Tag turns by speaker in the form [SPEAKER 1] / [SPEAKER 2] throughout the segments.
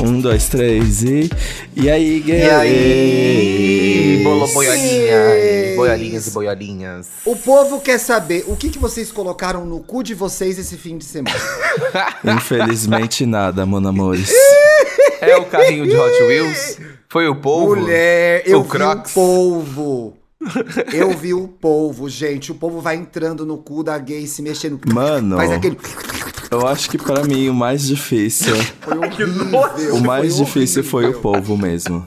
[SPEAKER 1] Um, dois, três e. E aí,
[SPEAKER 2] E aí?
[SPEAKER 1] guerreiros?
[SPEAKER 2] Bolo boiolinhas, boiolinhas e boiolinhas.
[SPEAKER 3] O povo quer saber o que, que vocês colocaram no cu de vocês esse fim de semana.
[SPEAKER 1] Infelizmente nada, mano, amores.
[SPEAKER 2] É o carrinho de Hot Wheels? Foi o polvo?
[SPEAKER 3] Mulher, eu
[SPEAKER 2] O
[SPEAKER 3] vi
[SPEAKER 2] Crocs.
[SPEAKER 3] o polvo. Eu vi o polvo, gente. O povo vai entrando no cu da gay, se mexendo.
[SPEAKER 1] Mano,
[SPEAKER 3] Faz
[SPEAKER 2] é
[SPEAKER 3] aquele.
[SPEAKER 1] eu acho que pra mim o mais difícil,
[SPEAKER 3] Foi horrível.
[SPEAKER 1] o mais
[SPEAKER 3] foi
[SPEAKER 1] difícil foi o
[SPEAKER 3] horrível.
[SPEAKER 1] povo mesmo.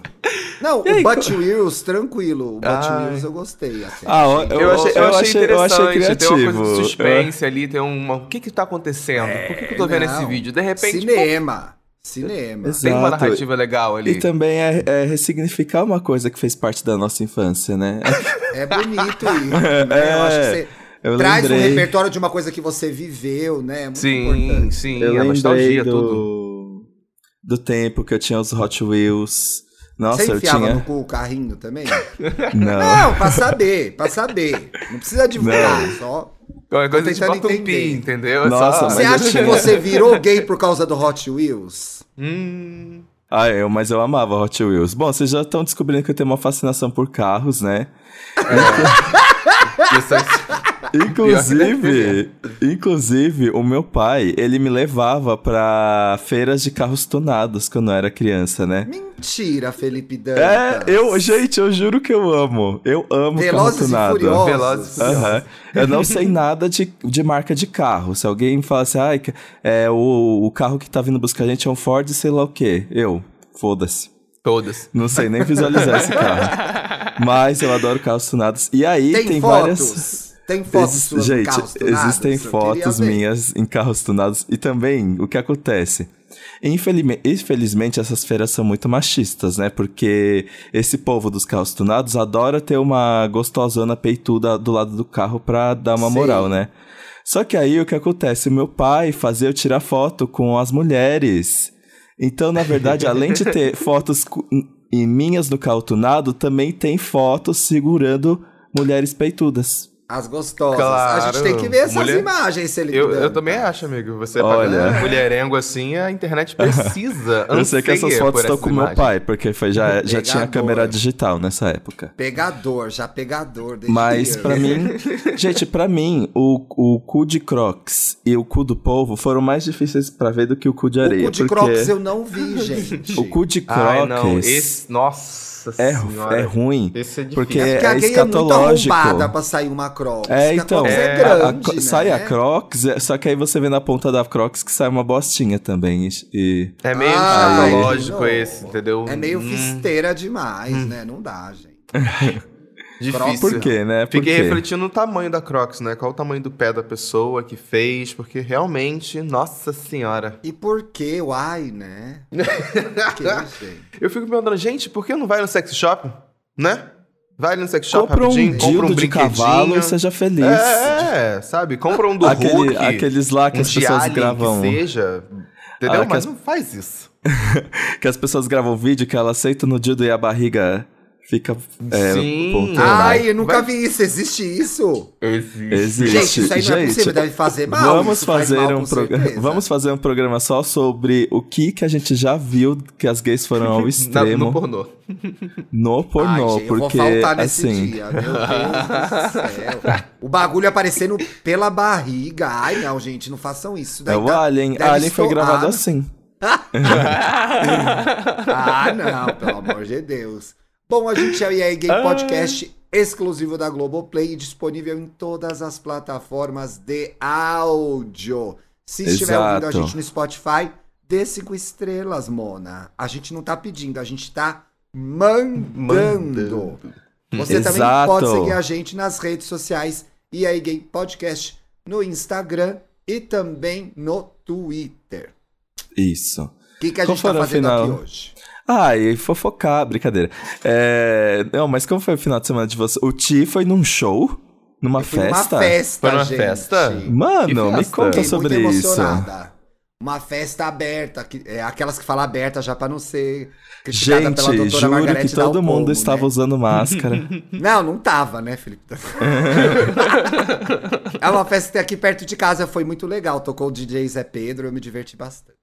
[SPEAKER 3] Não, o Butt Wheels, tranquilo. O Butt
[SPEAKER 2] Ai.
[SPEAKER 3] Wheels eu gostei. assim. Até.
[SPEAKER 1] Ah, ó, eu,
[SPEAKER 2] Eu achei, eu achei
[SPEAKER 1] eu achei
[SPEAKER 2] interessante, tem uma
[SPEAKER 1] criativo.
[SPEAKER 2] coisa de suspense ali, tem uma... O que que tá acontecendo? Por que que eu tô vendo
[SPEAKER 3] não.
[SPEAKER 2] esse vídeo? De repente,
[SPEAKER 3] Cinema. Cinema.
[SPEAKER 1] É, Exato.
[SPEAKER 2] pô, tem uma narrativa legal ali.
[SPEAKER 1] E também é, é ressignificar uma coisa que fez parte da nossa infância, né?
[SPEAKER 3] É bonito isso. Né? Eu acho que você
[SPEAKER 1] É, Eu
[SPEAKER 3] traz um
[SPEAKER 1] lembrei,
[SPEAKER 3] repertório de uma coisa que você viveu, né? É Muito
[SPEAKER 2] Sim,
[SPEAKER 3] importante.
[SPEAKER 2] sim,
[SPEAKER 1] eu
[SPEAKER 2] a
[SPEAKER 1] lembrei
[SPEAKER 2] nostalgia, tudo.
[SPEAKER 1] do, do tempo que eu tinha os Hot Wheels. Nossa,
[SPEAKER 3] você
[SPEAKER 1] eu
[SPEAKER 3] enfiava no
[SPEAKER 1] tinha.
[SPEAKER 3] cu o carrinho também?
[SPEAKER 1] Não.
[SPEAKER 3] Não, pra saber, pra saber. Não precisa divulgar, só.
[SPEAKER 2] É coisa de
[SPEAKER 3] tentando
[SPEAKER 2] bota um
[SPEAKER 3] entender.
[SPEAKER 2] pi, entendeu? É
[SPEAKER 1] Nossa,
[SPEAKER 2] só-
[SPEAKER 1] mas
[SPEAKER 3] Você
[SPEAKER 1] eu
[SPEAKER 3] acha que
[SPEAKER 1] tinha-
[SPEAKER 3] você virou gay por causa do Hot Wheels?
[SPEAKER 2] Hum,
[SPEAKER 1] Ah, eu, mas eu amava Hot Wheels. Bom, vocês já estão descobrindo que eu tenho uma fascinação por carros, né?
[SPEAKER 2] isso é-
[SPEAKER 1] Inclusive, inclusive, o meu pai, ele me levava pra feiras de carros tunados quando eu era criança, né?
[SPEAKER 3] Mentira, Felipe Dantas.
[SPEAKER 1] É, eu, gente, eu juro que eu amo. Eu amo
[SPEAKER 3] Velozes e
[SPEAKER 1] carro tunado.
[SPEAKER 3] Furiosos.
[SPEAKER 2] Velozes e
[SPEAKER 1] Aham. Eu não sei nada de, de marca de carro. Se alguém me falasse, ah, é, o, o carro que tá vindo buscar a gente é um Ford, sei lá o quê. Eu, foda-se.
[SPEAKER 2] todas.
[SPEAKER 1] Não sei nem visualizar esse carro. Mas eu adoro carros tunados. E aí tem,
[SPEAKER 3] Tem, fotos.
[SPEAKER 1] várias.
[SPEAKER 3] Tem fotos
[SPEAKER 1] Existe-
[SPEAKER 3] suas
[SPEAKER 1] gente,
[SPEAKER 3] no carro tunado?
[SPEAKER 1] existem
[SPEAKER 3] Eu queria
[SPEAKER 1] fotos
[SPEAKER 3] ver.
[SPEAKER 1] minhas em carros tunados. E também, o que acontece? Infelime- Infelizmente, essas feiras são muito machistas, né? Porque esse povo dos carros tunados adora ter uma gostosona peituda do lado do carro pra dar uma
[SPEAKER 3] Sim.
[SPEAKER 1] moral, né? Só que aí o que acontece? O meu pai fazia eu tirar foto com as mulheres. Então, na verdade, além de ter fotos cu- e minhas no carro tunado, também tem fotos segurando mulheres peitudas.
[SPEAKER 3] As gostosas. a
[SPEAKER 2] Claro.
[SPEAKER 3] gente tem que ver essas
[SPEAKER 2] Mulher-
[SPEAKER 3] imagens, Felipe
[SPEAKER 2] Eu,
[SPEAKER 3] Dantas.
[SPEAKER 2] eu também acho, amigo. Você
[SPEAKER 1] Olha.
[SPEAKER 2] Olha. mulherengo assim, a internet precisa.
[SPEAKER 1] Eu sei que
[SPEAKER 2] anseia
[SPEAKER 1] essas fotos
[SPEAKER 2] por
[SPEAKER 1] estão
[SPEAKER 2] essas
[SPEAKER 1] com meu
[SPEAKER 2] imagens.
[SPEAKER 1] pai, porque foi,
[SPEAKER 2] é
[SPEAKER 1] já, já tinha
[SPEAKER 3] Pegador.
[SPEAKER 1] câmera digital nessa época.
[SPEAKER 3] Pegador, já pegador. Desde
[SPEAKER 1] Mas
[SPEAKER 3] criança.
[SPEAKER 1] pra mim, gente, pra mim, o, o cu de Crocs e o cu do povo foram mais difíceis pra ver do que o cu de areia.
[SPEAKER 3] O cu de
[SPEAKER 1] porque
[SPEAKER 3] Crocs eu não vi, gente.
[SPEAKER 1] o cu de Crocs
[SPEAKER 2] é Ai, não. Esse, nossa
[SPEAKER 1] é,
[SPEAKER 2] senhora.
[SPEAKER 1] é ruim.
[SPEAKER 2] Esse é difícil.
[SPEAKER 1] Porque
[SPEAKER 3] É porque
[SPEAKER 1] é
[SPEAKER 3] a gay é muito
[SPEAKER 1] escatológico.
[SPEAKER 3] arrombada pra sair uma
[SPEAKER 1] É,
[SPEAKER 3] Crocs. Porque a
[SPEAKER 1] então.
[SPEAKER 3] Crocs é,
[SPEAKER 2] é,
[SPEAKER 1] a- a-
[SPEAKER 3] grande, né?
[SPEAKER 1] sai a Crocs, é- só que aí você vê na ponta da Crocs que sai uma bostinha também. e- E,
[SPEAKER 2] É meio
[SPEAKER 3] Ah,
[SPEAKER 2] escatológico
[SPEAKER 3] não.
[SPEAKER 2] esse, entendeu?
[SPEAKER 3] É meio
[SPEAKER 2] Hum,
[SPEAKER 3] fisteira demais,
[SPEAKER 1] Hum.
[SPEAKER 3] né? Não dá, gente.
[SPEAKER 2] Difícil.
[SPEAKER 1] por quê, né? Por
[SPEAKER 2] Fiquei
[SPEAKER 1] quê?
[SPEAKER 2] refletindo no tamanho da Crocs, né? Qual o tamanho do pé da pessoa que fez, porque realmente, nossa senhora.
[SPEAKER 3] E por que? Uai, né? Que, gente?
[SPEAKER 2] Eu fico me perguntando, gente, por que não vai no sex shop, né? Vai ali no sex shop
[SPEAKER 1] Compra um
[SPEAKER 2] rapidinho, compra
[SPEAKER 1] dildo
[SPEAKER 2] um
[SPEAKER 1] de
[SPEAKER 2] brinquedinho.
[SPEAKER 1] cavalo e seja feliz.
[SPEAKER 2] É, é, sabe? Compra um do
[SPEAKER 1] Aquele-
[SPEAKER 2] Hulk,
[SPEAKER 1] aqueles lá que
[SPEAKER 2] um
[SPEAKER 1] as
[SPEAKER 2] de
[SPEAKER 1] pessoas
[SPEAKER 2] Alien
[SPEAKER 1] gravam.
[SPEAKER 2] que seja, entendeu?
[SPEAKER 1] Ah, que
[SPEAKER 2] Mas
[SPEAKER 1] as-
[SPEAKER 2] não faz isso.
[SPEAKER 1] Que as pessoas gravam vídeo que ela aceita no dildo e a barriga fica. É,
[SPEAKER 2] Sim.
[SPEAKER 1] ponteira.
[SPEAKER 3] Ai, eu nunca
[SPEAKER 2] Vai-
[SPEAKER 3] vi isso. Existe isso?
[SPEAKER 1] Existe.
[SPEAKER 3] gente, isso aí não é
[SPEAKER 1] Gente,
[SPEAKER 3] possível. Deve fazer mal.
[SPEAKER 1] Vamos
[SPEAKER 3] isso faz
[SPEAKER 1] fazer,
[SPEAKER 3] mal,
[SPEAKER 1] um
[SPEAKER 3] com
[SPEAKER 1] progra-
[SPEAKER 3] certeza.
[SPEAKER 1] Vamos fazer um programa só sobre o que, que a gente já viu que as gays foram ao
[SPEAKER 2] Na, no
[SPEAKER 1] extremo
[SPEAKER 2] pornô.
[SPEAKER 1] no pornô.
[SPEAKER 3] Ai, gente,
[SPEAKER 1] porque,
[SPEAKER 3] eu vou faltar nesse
[SPEAKER 1] assim.
[SPEAKER 3] dia, meu Deus do céu. O bagulho aparecendo pela barriga. Ai, não, gente, não façam isso.
[SPEAKER 1] É
[SPEAKER 3] Daí
[SPEAKER 1] o
[SPEAKER 3] tá-
[SPEAKER 1] Alien.
[SPEAKER 3] deve
[SPEAKER 1] Alien foi
[SPEAKER 3] estourar.
[SPEAKER 1] gravado assim.
[SPEAKER 3] Ah, não, pelo amor de Deus. Bom, a gente é o EA
[SPEAKER 1] Ah.
[SPEAKER 3] Game Podcast exclusivo da Globoplay e disponível em todas as plataformas de áudio. Se estiver ouvindo a
[SPEAKER 1] Exato.
[SPEAKER 3] gente no Spotify, dê cinco estrelas, Mona. A gente não tá pedindo, a gente tá mandando.
[SPEAKER 2] Mandando.
[SPEAKER 3] Você também
[SPEAKER 1] Exato.
[SPEAKER 3] pode seguir a gente nas redes sociais e aí Game Podcast no Instagram e também no Twitter.
[SPEAKER 1] Isso.
[SPEAKER 3] O que, que a
[SPEAKER 1] Qual
[SPEAKER 3] gente tá
[SPEAKER 1] foi o
[SPEAKER 3] fazendo
[SPEAKER 1] final?
[SPEAKER 3] aqui hoje?
[SPEAKER 1] Ah, e fofocar, brincadeira. É, Não, mas como foi o final de semana de você? O Ti foi num show? Numa
[SPEAKER 3] Eu fui numa
[SPEAKER 1] festa?
[SPEAKER 3] festa,
[SPEAKER 2] Foi numa
[SPEAKER 3] gente.
[SPEAKER 2] festa? Que
[SPEAKER 1] Mano, me
[SPEAKER 2] festa?
[SPEAKER 1] conta
[SPEAKER 3] assim, Fiquei
[SPEAKER 1] sobre
[SPEAKER 3] muito
[SPEAKER 1] isso.
[SPEAKER 3] emocionada. Uma festa aberta, que, é, aquelas que fala aberta já pra não ser criticada pela
[SPEAKER 1] Gente,
[SPEAKER 3] doutora
[SPEAKER 1] juro
[SPEAKER 3] Margarete
[SPEAKER 1] que todo
[SPEAKER 3] Dalcomo,
[SPEAKER 1] mundo
[SPEAKER 3] né?
[SPEAKER 1] estava usando máscara.
[SPEAKER 3] Não, não tava, né, Felipe? é uma festa que tem aqui perto de casa, foi muito legal. Tocou o DJ Zé Pedro, eu me diverti bastante.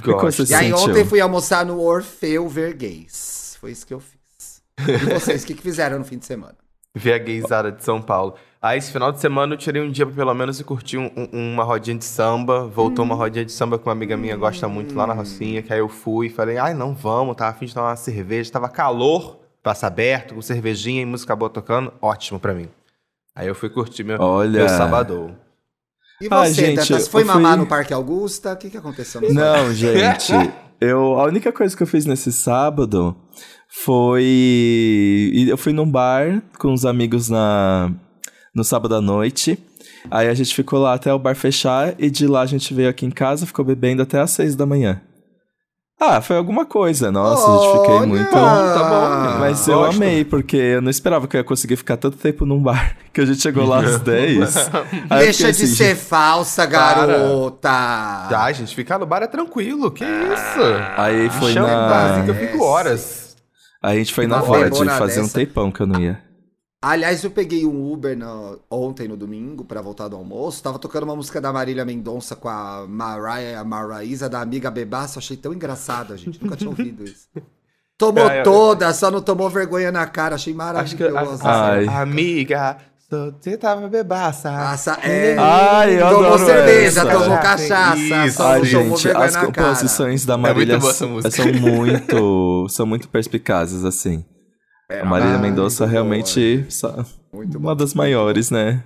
[SPEAKER 1] Que coisa
[SPEAKER 3] E
[SPEAKER 1] você
[SPEAKER 3] aí
[SPEAKER 1] sentiu?
[SPEAKER 3] ontem fui almoçar no Orfeu Verguês. Foi isso que eu fiz. E vocês, o que, que fizeram no fim de semana?
[SPEAKER 2] Ver a gaysada de São Paulo. Aí, esse final de semana, eu tirei um dia pra pelo menos e curti um- um- uma rodinha de samba. Voltou uma rodinha de samba que uma amiga minha gosta muito lá na Rocinha. Que aí eu fui e falei, ai, não, vamos. Tava afim de tomar uma cerveja. Tava calor, braço aberto, com cervejinha e música boa tocando. Ótimo pra mim. Aí eu fui curtir meu,
[SPEAKER 1] Olha.
[SPEAKER 2] meu sabadão.
[SPEAKER 3] E
[SPEAKER 1] Ah,
[SPEAKER 3] você,
[SPEAKER 1] gente,
[SPEAKER 3] Dantas, foi
[SPEAKER 1] eu fui-
[SPEAKER 3] mamar no Parque Augusta? O que, que aconteceu no
[SPEAKER 1] Não, gente. Eu, a única coisa que eu fiz nesse sábado foi. e Eu fui num bar com os amigos na, no sábado à noite. Aí a gente ficou lá até o bar fechar e de lá a gente veio aqui em casa, ficou bebendo até às seis da manhã. Ah, foi alguma coisa. Nossa, gente, fiquei
[SPEAKER 3] Olha!
[SPEAKER 1] muito.
[SPEAKER 3] Tá
[SPEAKER 2] Ah,
[SPEAKER 3] bom.
[SPEAKER 1] Mas eu
[SPEAKER 2] Gosto.
[SPEAKER 1] amei, porque eu não esperava que eu ia conseguir ficar tanto tempo num bar. Que a gente chegou lá às 10. Aí eu
[SPEAKER 3] Deixa
[SPEAKER 1] fiquei
[SPEAKER 3] de
[SPEAKER 1] assim,
[SPEAKER 3] ser falsa,
[SPEAKER 2] Para.
[SPEAKER 3] garota!
[SPEAKER 2] Ai, gente, ficar no bar é tranquilo. Que isso?
[SPEAKER 1] Ah,
[SPEAKER 3] Ah,
[SPEAKER 1] Aí foi
[SPEAKER 2] Chama
[SPEAKER 1] na-
[SPEAKER 2] o barzinho que eu fico horas.
[SPEAKER 1] A gente foi na
[SPEAKER 3] Uma
[SPEAKER 1] Ford,
[SPEAKER 3] bebona
[SPEAKER 1] fazia um
[SPEAKER 3] dessa.
[SPEAKER 1] tempão que eu não ia.
[SPEAKER 3] Aliás, eu peguei um Uber na- ontem, no domingo, pra voltar do almoço. Tava tocando uma música da Marília Mendonça com a Mariah Maraísa, da amiga Bebaça. Achei tão engraçada, gente. Nunca tinha ouvido isso. Tomou
[SPEAKER 1] É,
[SPEAKER 2] Ah, eu-
[SPEAKER 3] toda, só não tomou vergonha na cara. Achei
[SPEAKER 2] Acho que. a-
[SPEAKER 3] maravilhosa.
[SPEAKER 1] Ah, Ai.
[SPEAKER 2] a- Amiga, so- você
[SPEAKER 3] tá
[SPEAKER 2] tava bebaça.
[SPEAKER 3] Essa- é,
[SPEAKER 1] Ai, eu
[SPEAKER 3] tomou
[SPEAKER 1] adoro
[SPEAKER 3] cerveja,
[SPEAKER 1] essa.
[SPEAKER 3] tomou
[SPEAKER 2] Cachaça,
[SPEAKER 3] cachaça,
[SPEAKER 2] isso.
[SPEAKER 3] só
[SPEAKER 1] Ai,
[SPEAKER 3] não tomou
[SPEAKER 1] gente,
[SPEAKER 3] vergonha
[SPEAKER 1] as
[SPEAKER 3] na cara.
[SPEAKER 1] composições da Marília
[SPEAKER 2] É muito boa essa música.
[SPEAKER 1] são muito são muito perspicazes assim. a Marília
[SPEAKER 2] ah,
[SPEAKER 1] Mendonça
[SPEAKER 3] É, muito
[SPEAKER 1] realmente só-
[SPEAKER 3] Muito
[SPEAKER 1] uma das maiores, né?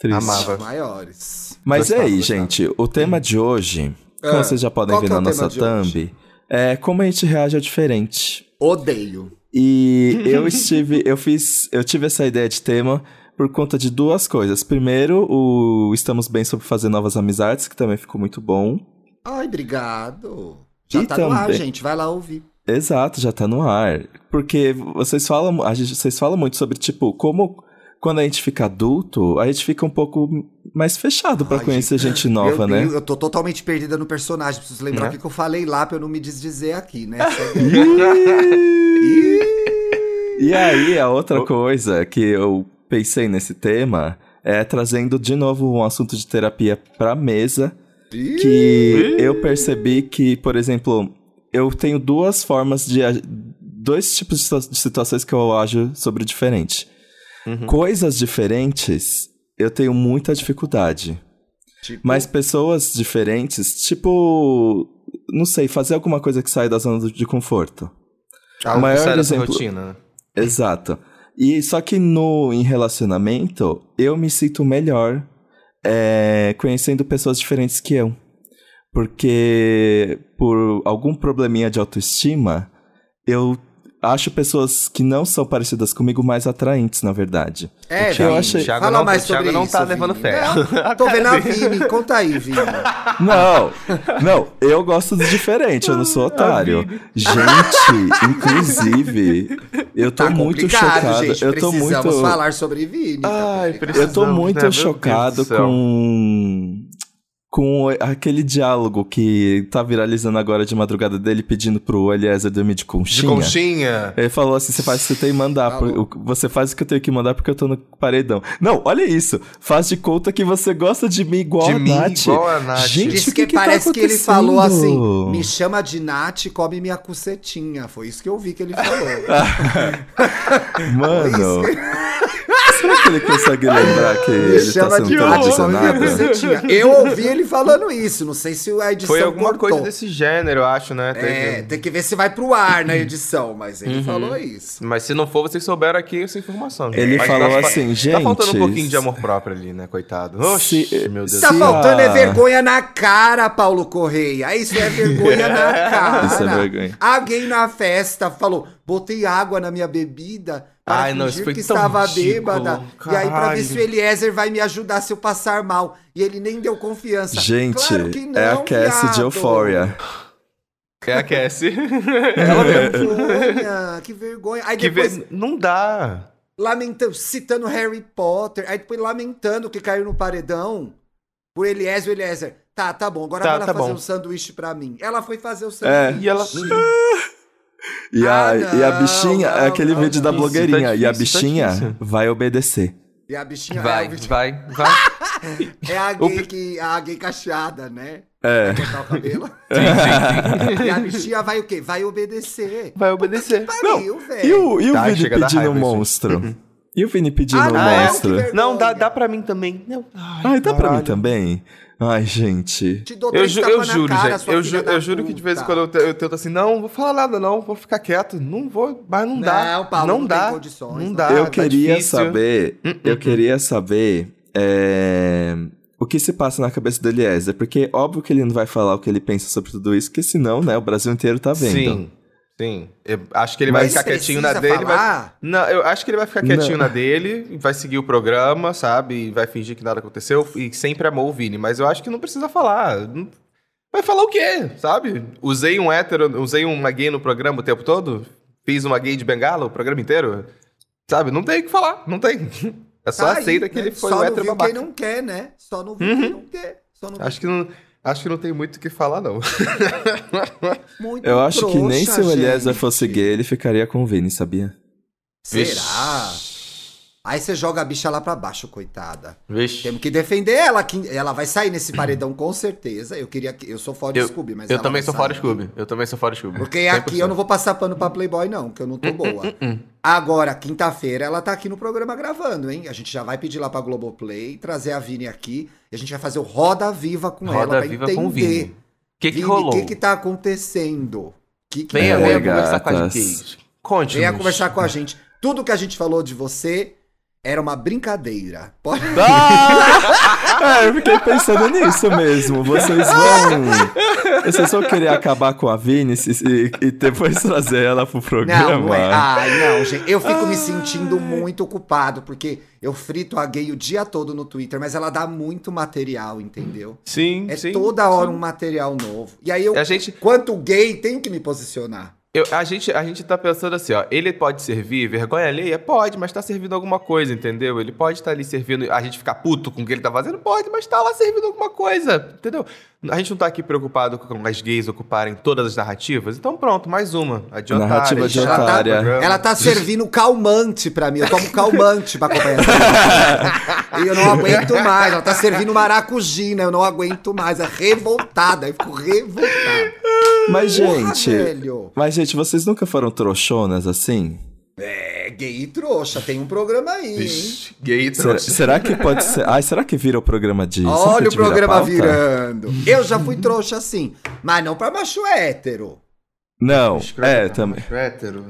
[SPEAKER 1] Triste.
[SPEAKER 2] Amava.
[SPEAKER 3] boa. maiores.
[SPEAKER 1] Mas é
[SPEAKER 2] Gostava,
[SPEAKER 1] aí,
[SPEAKER 2] gostava.
[SPEAKER 1] gente, o tema de hoje,
[SPEAKER 3] Ah,
[SPEAKER 1] como vocês já podem
[SPEAKER 3] qual
[SPEAKER 1] ver
[SPEAKER 3] que é
[SPEAKER 1] na
[SPEAKER 3] o
[SPEAKER 1] nossa
[SPEAKER 3] tema de hoje?
[SPEAKER 1] thumb, é como a gente reage ao diferente.
[SPEAKER 3] Odeio.
[SPEAKER 1] E eu estive, eu fiz, eu tive essa ideia de tema por conta de duas coisas. Primeiro, o estamos bem sobre fazer novas amizades, que também ficou muito bom.
[SPEAKER 3] Ai, obrigado. Já
[SPEAKER 1] E
[SPEAKER 3] tá no ar,
[SPEAKER 1] também-
[SPEAKER 3] gente. Vai lá ouvir.
[SPEAKER 1] Exato, já tá no ar. Porque vocês falam, a gente, vocês falam muito sobre, tipo, como quando a gente fica adulto, a gente fica um pouco mais fechado pra
[SPEAKER 3] Ai,
[SPEAKER 1] conhecer gente, nova,
[SPEAKER 3] Meu
[SPEAKER 1] né? É.
[SPEAKER 3] Deus, eu tô totalmente perdida no personagem. Preciso lembrar o que, que eu falei lá pra eu não me desdizer aqui, né?
[SPEAKER 1] e aí, a outra coisa que eu pensei nesse tema é trazendo de novo um assunto de terapia pra mesa, que eu percebi que, por exemplo, eu tenho duas formas de. a- dois tipos de situa- de situações que eu ajo sobre diferente.
[SPEAKER 2] Uhum.
[SPEAKER 1] Coisas diferentes, eu tenho muita dificuldade.
[SPEAKER 3] Tipo,
[SPEAKER 1] Mas pessoas diferentes, tipo. Não sei, fazer alguma coisa que sai da zona do- de conforto.
[SPEAKER 2] Algo que
[SPEAKER 1] maior
[SPEAKER 2] sai dessa
[SPEAKER 1] exemplo-
[SPEAKER 2] rotina, né?
[SPEAKER 1] Exato. E só que no em relacionamento, eu me sinto melhor é, conhecendo pessoas diferentes que eu. Porque por algum probleminha de autoestima, eu acho pessoas que não são parecidas comigo mais atraentes, na verdade.
[SPEAKER 3] é,
[SPEAKER 1] o Thiago-
[SPEAKER 3] Vini,
[SPEAKER 1] eu achei-
[SPEAKER 2] Thiago
[SPEAKER 3] fala
[SPEAKER 2] não-
[SPEAKER 3] mais sobre
[SPEAKER 2] Thiago não tá
[SPEAKER 3] isso,
[SPEAKER 2] levando
[SPEAKER 3] Vini.
[SPEAKER 2] fé.
[SPEAKER 3] Não, tô vendo a Vini. Conta aí, Vini.
[SPEAKER 1] Não, não, eu gosto do diferente, eu não
[SPEAKER 3] Ah,
[SPEAKER 1] sou otário. Gente, inclusive, eu tô
[SPEAKER 3] Tá
[SPEAKER 1] muito
[SPEAKER 3] complicado,
[SPEAKER 1] chocado.
[SPEAKER 3] gente.
[SPEAKER 1] eu tô
[SPEAKER 3] Precisamos
[SPEAKER 1] muito
[SPEAKER 3] falar sobre Vini. tá
[SPEAKER 2] Ai,
[SPEAKER 3] complicado.
[SPEAKER 1] Eu tô
[SPEAKER 2] Precisamos, né?
[SPEAKER 1] muito
[SPEAKER 2] Meu
[SPEAKER 1] chocado
[SPEAKER 2] Deus do céu.
[SPEAKER 1] com com aquele diálogo que tá viralizando agora de madrugada dele pedindo pro Eliezer dormir de
[SPEAKER 2] De
[SPEAKER 1] conchinha.
[SPEAKER 2] conchinha. Tá
[SPEAKER 1] Ele falou assim: você faz o que você tem que mandar. por-
[SPEAKER 3] Falou.
[SPEAKER 1] o- você faz o que eu tenho que mandar porque eu tô no paredão. Não, olha isso. Faz de conta que você gosta de mim igual
[SPEAKER 2] de
[SPEAKER 1] a
[SPEAKER 2] mim,
[SPEAKER 1] Nath.
[SPEAKER 2] igual a Nath.
[SPEAKER 1] Gente,
[SPEAKER 3] Diz
[SPEAKER 1] o que
[SPEAKER 3] que,
[SPEAKER 1] que tá
[SPEAKER 3] parece que ele falou assim:
[SPEAKER 1] acontecendo?
[SPEAKER 3] me chama de Nath, come minha cucetinha. Foi isso que eu vi que ele falou.
[SPEAKER 1] Mano. será que ele consegue lembrar que
[SPEAKER 3] Me
[SPEAKER 1] ele tá né?
[SPEAKER 3] chama
[SPEAKER 1] sendo
[SPEAKER 3] de Nath, come minha
[SPEAKER 1] televisionado?
[SPEAKER 3] cucetinha. Eu ouvi ele falando isso. Não sei se a edição
[SPEAKER 2] Foi alguma
[SPEAKER 3] cortou.
[SPEAKER 2] coisa desse gênero, eu acho, né?
[SPEAKER 3] É,
[SPEAKER 2] Teve-
[SPEAKER 3] tem que ver se vai pro ar na edição, mas
[SPEAKER 1] Uhum.
[SPEAKER 3] ele falou isso.
[SPEAKER 2] Mas se não for, vocês souberam aqui essa informação. gente.
[SPEAKER 1] Ele
[SPEAKER 2] Mas
[SPEAKER 1] falou
[SPEAKER 2] tá-
[SPEAKER 1] assim,
[SPEAKER 2] Tá faltando
[SPEAKER 1] gente,
[SPEAKER 2] um pouquinho de amor próprio ali, né, coitado? Oxi,
[SPEAKER 1] Se-
[SPEAKER 2] meu Deus
[SPEAKER 1] se
[SPEAKER 3] Tá
[SPEAKER 1] Sim,
[SPEAKER 3] faltando é
[SPEAKER 1] ah.
[SPEAKER 3] vergonha na cara, Paulo Correia. Isso é vergonha na cara.
[SPEAKER 1] Isso é vergonha.
[SPEAKER 3] Alguém na festa falou: botei água na minha bebida para
[SPEAKER 2] Ai, não,
[SPEAKER 3] fingir
[SPEAKER 2] isso foi
[SPEAKER 3] que
[SPEAKER 2] tão
[SPEAKER 3] estava
[SPEAKER 2] ridículo,
[SPEAKER 3] bêbada. E aí, pra ver
[SPEAKER 2] caralho.
[SPEAKER 3] se o Eliezer vai me ajudar se eu passar mal. E ele nem deu confiança.
[SPEAKER 1] Gente,
[SPEAKER 3] Claro que não,
[SPEAKER 1] é a Cassie de
[SPEAKER 3] viado.
[SPEAKER 1] Euphoria.
[SPEAKER 2] É a Cassie.
[SPEAKER 1] É.
[SPEAKER 2] Ela mesmo.
[SPEAKER 3] Vergonha, que vergonha. Aí
[SPEAKER 2] Que
[SPEAKER 3] depois
[SPEAKER 2] vê- Não dá.
[SPEAKER 3] lamentando, citando Harry Potter, aí depois lamentando que caiu no paredão por Eliezer, Eliezer. Tá, tá bom, agora
[SPEAKER 2] Tá,
[SPEAKER 3] vai lá
[SPEAKER 2] tá
[SPEAKER 3] fazer
[SPEAKER 2] bom.
[SPEAKER 3] um sanduíche pra mim. Ela foi fazer o
[SPEAKER 1] É.
[SPEAKER 3] sanduíche.
[SPEAKER 2] E ela...
[SPEAKER 1] E a,
[SPEAKER 3] Ah, não,
[SPEAKER 1] e a bichinha, é
[SPEAKER 3] não,
[SPEAKER 1] aquele
[SPEAKER 3] não,
[SPEAKER 1] vídeo da
[SPEAKER 2] não. Isso, tá
[SPEAKER 1] blogueirinha. e a
[SPEAKER 2] difícil, tá
[SPEAKER 1] bichinha
[SPEAKER 2] difícil.
[SPEAKER 1] vai obedecer.
[SPEAKER 3] E a bichinha
[SPEAKER 2] Vai,
[SPEAKER 3] é, a,
[SPEAKER 2] vai, vai.
[SPEAKER 3] é a gay que, a gay cacheada, né?
[SPEAKER 1] É.
[SPEAKER 3] Vai cortar o cabelo.
[SPEAKER 2] Sim,
[SPEAKER 3] e a bichinha vai o quê? Vai obedecer.
[SPEAKER 2] Vai obedecer.
[SPEAKER 3] Pariu,
[SPEAKER 1] E
[SPEAKER 3] velho.
[SPEAKER 1] o, e o
[SPEAKER 2] Tá,
[SPEAKER 1] Vini
[SPEAKER 2] chega a dar
[SPEAKER 1] pedindo
[SPEAKER 2] raiva Uhum.
[SPEAKER 1] um
[SPEAKER 2] isso.
[SPEAKER 1] monstro? E o Vini pedindo
[SPEAKER 3] Ah,
[SPEAKER 1] um
[SPEAKER 2] não, que
[SPEAKER 1] monstro?
[SPEAKER 3] vergonha.
[SPEAKER 2] Não, dá, dá pra mim também. Não.
[SPEAKER 1] Ai, dá pra mim
[SPEAKER 2] caralho.
[SPEAKER 1] também? Ai, gente.
[SPEAKER 3] Te dou
[SPEAKER 2] Eu,
[SPEAKER 3] três
[SPEAKER 2] ju- eu
[SPEAKER 3] tapas na
[SPEAKER 2] juro,
[SPEAKER 3] cara,
[SPEAKER 2] gente.
[SPEAKER 3] sua
[SPEAKER 2] Eu,
[SPEAKER 3] filha
[SPEAKER 2] ju-
[SPEAKER 3] da
[SPEAKER 2] eu juro que de vez em
[SPEAKER 3] puta.
[SPEAKER 2] quando eu, te- eu tento assim, não, vou falar nada, não, vou ficar quieto. Não vou, mas não dá.
[SPEAKER 3] Não, Paulo, não tem
[SPEAKER 2] dá.
[SPEAKER 3] condições,
[SPEAKER 2] não
[SPEAKER 3] não
[SPEAKER 2] dá.
[SPEAKER 3] dá.
[SPEAKER 1] eu
[SPEAKER 2] tá
[SPEAKER 1] queria
[SPEAKER 2] difícil.
[SPEAKER 1] saber.
[SPEAKER 2] Hum, hum,
[SPEAKER 1] eu
[SPEAKER 2] hum.
[SPEAKER 1] queria saber. é, o que se passa na cabeça do Eliezer? Porque óbvio que ele não vai falar o que ele pensa sobre tudo isso, porque senão, né, o Brasil inteiro tá vendo.
[SPEAKER 2] Sim, sim. Eu acho que ele vai
[SPEAKER 1] Mas
[SPEAKER 2] ficar quietinho na dele. vai-
[SPEAKER 3] falar?
[SPEAKER 2] Não, eu acho que ele vai ficar quietinho
[SPEAKER 1] Não.
[SPEAKER 2] na dele, vai seguir o programa, sabe? E vai fingir que nada aconteceu e sempre amou o Vini, mas eu acho que não precisa falar. Não- Vai falar o quê, sabe? Usei um hétero, usei uma gay no programa o tempo todo? Fiz uma gay de bengala o programa inteiro? Sabe? Não tem o que falar, não tem. É só
[SPEAKER 3] Tá aí,
[SPEAKER 2] aceita que
[SPEAKER 3] né?
[SPEAKER 2] ele foi
[SPEAKER 3] Só
[SPEAKER 2] um
[SPEAKER 3] não
[SPEAKER 2] hétero
[SPEAKER 3] viu
[SPEAKER 2] babaca.
[SPEAKER 3] quem não quer, né? Só não
[SPEAKER 2] Uhum.
[SPEAKER 3] viu quem não quer. Só não viu
[SPEAKER 2] Acho que não. Acho que não tem muito o que falar, não.
[SPEAKER 3] Muito
[SPEAKER 1] Eu acho que nem
[SPEAKER 3] trouxa,
[SPEAKER 1] se o Eliezer
[SPEAKER 3] gente.
[SPEAKER 1] fosse gay, ele ficaria com o Vini, sabia?
[SPEAKER 3] Será? Aí você joga a bicha lá pra baixo, coitada.
[SPEAKER 2] Vixe.
[SPEAKER 3] Temos que defender ela, que ela vai sair nesse paredão com certeza. Eu queria que eu sou fora
[SPEAKER 2] Eu,
[SPEAKER 3] de Scooby, mas
[SPEAKER 2] eu
[SPEAKER 3] ela
[SPEAKER 2] também
[SPEAKER 3] vai
[SPEAKER 2] sou fora
[SPEAKER 3] sair.
[SPEAKER 2] Scooby. Eu também sou Hum, fora Scooby.
[SPEAKER 3] Porque aqui eu não vou passar pano pra Playboy não, que eu não tô boa. Agora, quinta-feira ela tá aqui no programa gravando, hein? A gente já vai pedir lá pra Globoplay, trazer a Vini aqui, e a gente vai fazer o Roda Viva com ela
[SPEAKER 2] Roda
[SPEAKER 3] pra
[SPEAKER 2] viva
[SPEAKER 3] entender.
[SPEAKER 2] com o Vini. O que, que
[SPEAKER 3] Vini,
[SPEAKER 2] rolou?
[SPEAKER 3] O que que tá acontecendo? Que que
[SPEAKER 2] Venha,
[SPEAKER 1] É,
[SPEAKER 2] venha
[SPEAKER 1] gatas.
[SPEAKER 2] conversar com a gente. Conte.
[SPEAKER 3] Venha conversar com a gente. Tudo que a gente falou de você era uma brincadeira. Pode...
[SPEAKER 2] Ah!
[SPEAKER 1] É, eu fiquei pensando nisso mesmo. Vocês vão. Vocês vão querer acabar com a Vini e, e- e depois trazer ela pro programa.
[SPEAKER 3] Não, não é. Ai, não, gente. Eu fico me sentindo muito culpado, porque eu frito a gay o dia todo no Twitter, mas ela dá muito material, entendeu?
[SPEAKER 2] Sim,
[SPEAKER 3] É
[SPEAKER 2] sim.
[SPEAKER 3] toda hora um material novo. E aí eu,
[SPEAKER 2] A gente,
[SPEAKER 3] quanto gay, tenho que me posicionar.
[SPEAKER 2] eu- a, gente, a gente tá pensando assim, ó. Ele pode servir vergonha alheia? Pode, mas tá servindo alguma coisa, entendeu? Ele pode estar ali servindo. A gente ficar puto com o que ele tá fazendo? Pode, mas tá lá servindo alguma coisa, entendeu? A gente não tá aqui preocupado com as gays ocuparem todas as narrativas. Então pronto, mais uma. Adiantar.
[SPEAKER 1] Narrativa
[SPEAKER 3] adiantária.
[SPEAKER 2] é
[SPEAKER 3] Ela tá servindo calmante pra mim. Eu tomo calmante pra acompanhar essa E eu não aguento mais. Ela tá servindo maracujina. Eu não aguento mais. É revoltada. Eu fico revoltada.
[SPEAKER 1] Mas,
[SPEAKER 3] Porra,
[SPEAKER 1] gente.
[SPEAKER 3] velho.
[SPEAKER 1] Mas, gente, vocês nunca foram trouxonas assim?
[SPEAKER 3] É gay e trouxa. Tem um programa aí, hein?
[SPEAKER 2] Vixe, Gay,
[SPEAKER 1] Será,
[SPEAKER 2] trouxa.
[SPEAKER 1] será que pode ser. Ai, será que vira o programa de. será que
[SPEAKER 3] Olha o
[SPEAKER 1] vira
[SPEAKER 3] programa
[SPEAKER 1] pauta?
[SPEAKER 3] virando. Eu já fui trouxa assim, mas não pra macho hétero.
[SPEAKER 1] Não, é,
[SPEAKER 2] Escroto,
[SPEAKER 1] também.
[SPEAKER 2] hétero.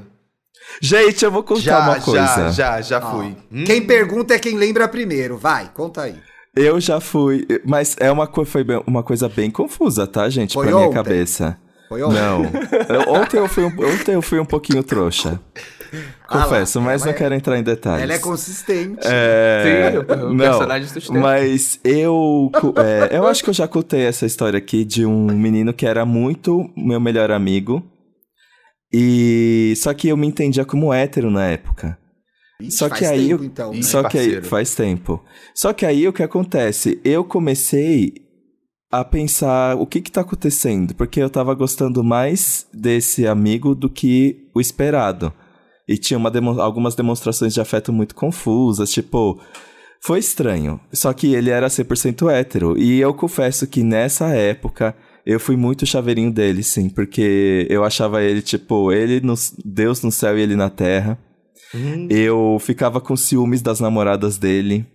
[SPEAKER 1] Gente, eu vou contar
[SPEAKER 2] Já,
[SPEAKER 1] uma coisa.
[SPEAKER 2] já, já, já
[SPEAKER 3] Ó,
[SPEAKER 2] fui. Hum?
[SPEAKER 3] Quem pergunta é quem lembra primeiro. Vai, conta aí.
[SPEAKER 1] Eu já fui. Mas é uma, co- foi bem- uma coisa bem confusa, tá, gente?
[SPEAKER 3] Foi
[SPEAKER 1] pra minha
[SPEAKER 3] ontem?
[SPEAKER 1] cabeça.
[SPEAKER 3] Foi ontem?
[SPEAKER 1] Não. Eu- ontem, eu fui um, ontem eu fui um pouquinho trouxa.
[SPEAKER 3] Ah lá,
[SPEAKER 1] Confesso, mas
[SPEAKER 3] ela
[SPEAKER 1] não
[SPEAKER 3] é-
[SPEAKER 1] quero entrar em detalhes.
[SPEAKER 3] Ela é consistente.
[SPEAKER 1] É,
[SPEAKER 2] Sim, o- o
[SPEAKER 1] não,
[SPEAKER 2] personagem
[SPEAKER 3] é
[SPEAKER 2] sustenta.
[SPEAKER 1] Mas eu. co- é, eu acho que eu já contei essa história aqui de um menino que era muito meu melhor amigo. E. Só que eu me entendia como hétero na época.
[SPEAKER 3] Ixi,
[SPEAKER 1] só
[SPEAKER 3] faz
[SPEAKER 1] que aí
[SPEAKER 3] tempo,
[SPEAKER 1] eu-
[SPEAKER 3] então, né?
[SPEAKER 2] Ih,
[SPEAKER 1] Só que aí.
[SPEAKER 2] parceiro.
[SPEAKER 1] Faz tempo. Só que aí o que acontece? Eu comecei a pensar o que que tá acontecendo. Porque eu tava gostando mais desse amigo do que o esperado. E tinha uma demo- algumas demonstrações de afeto muito confusas, tipo. Foi estranho. Só que ele era 100% hétero. E eu confesso que nessa época. Eu fui muito chaveirinho dele, sim, porque eu achava ele, tipo, ele no, Deus no céu e ele na terra.
[SPEAKER 2] Hum.
[SPEAKER 1] Eu ficava com ciúmes das namoradas dele.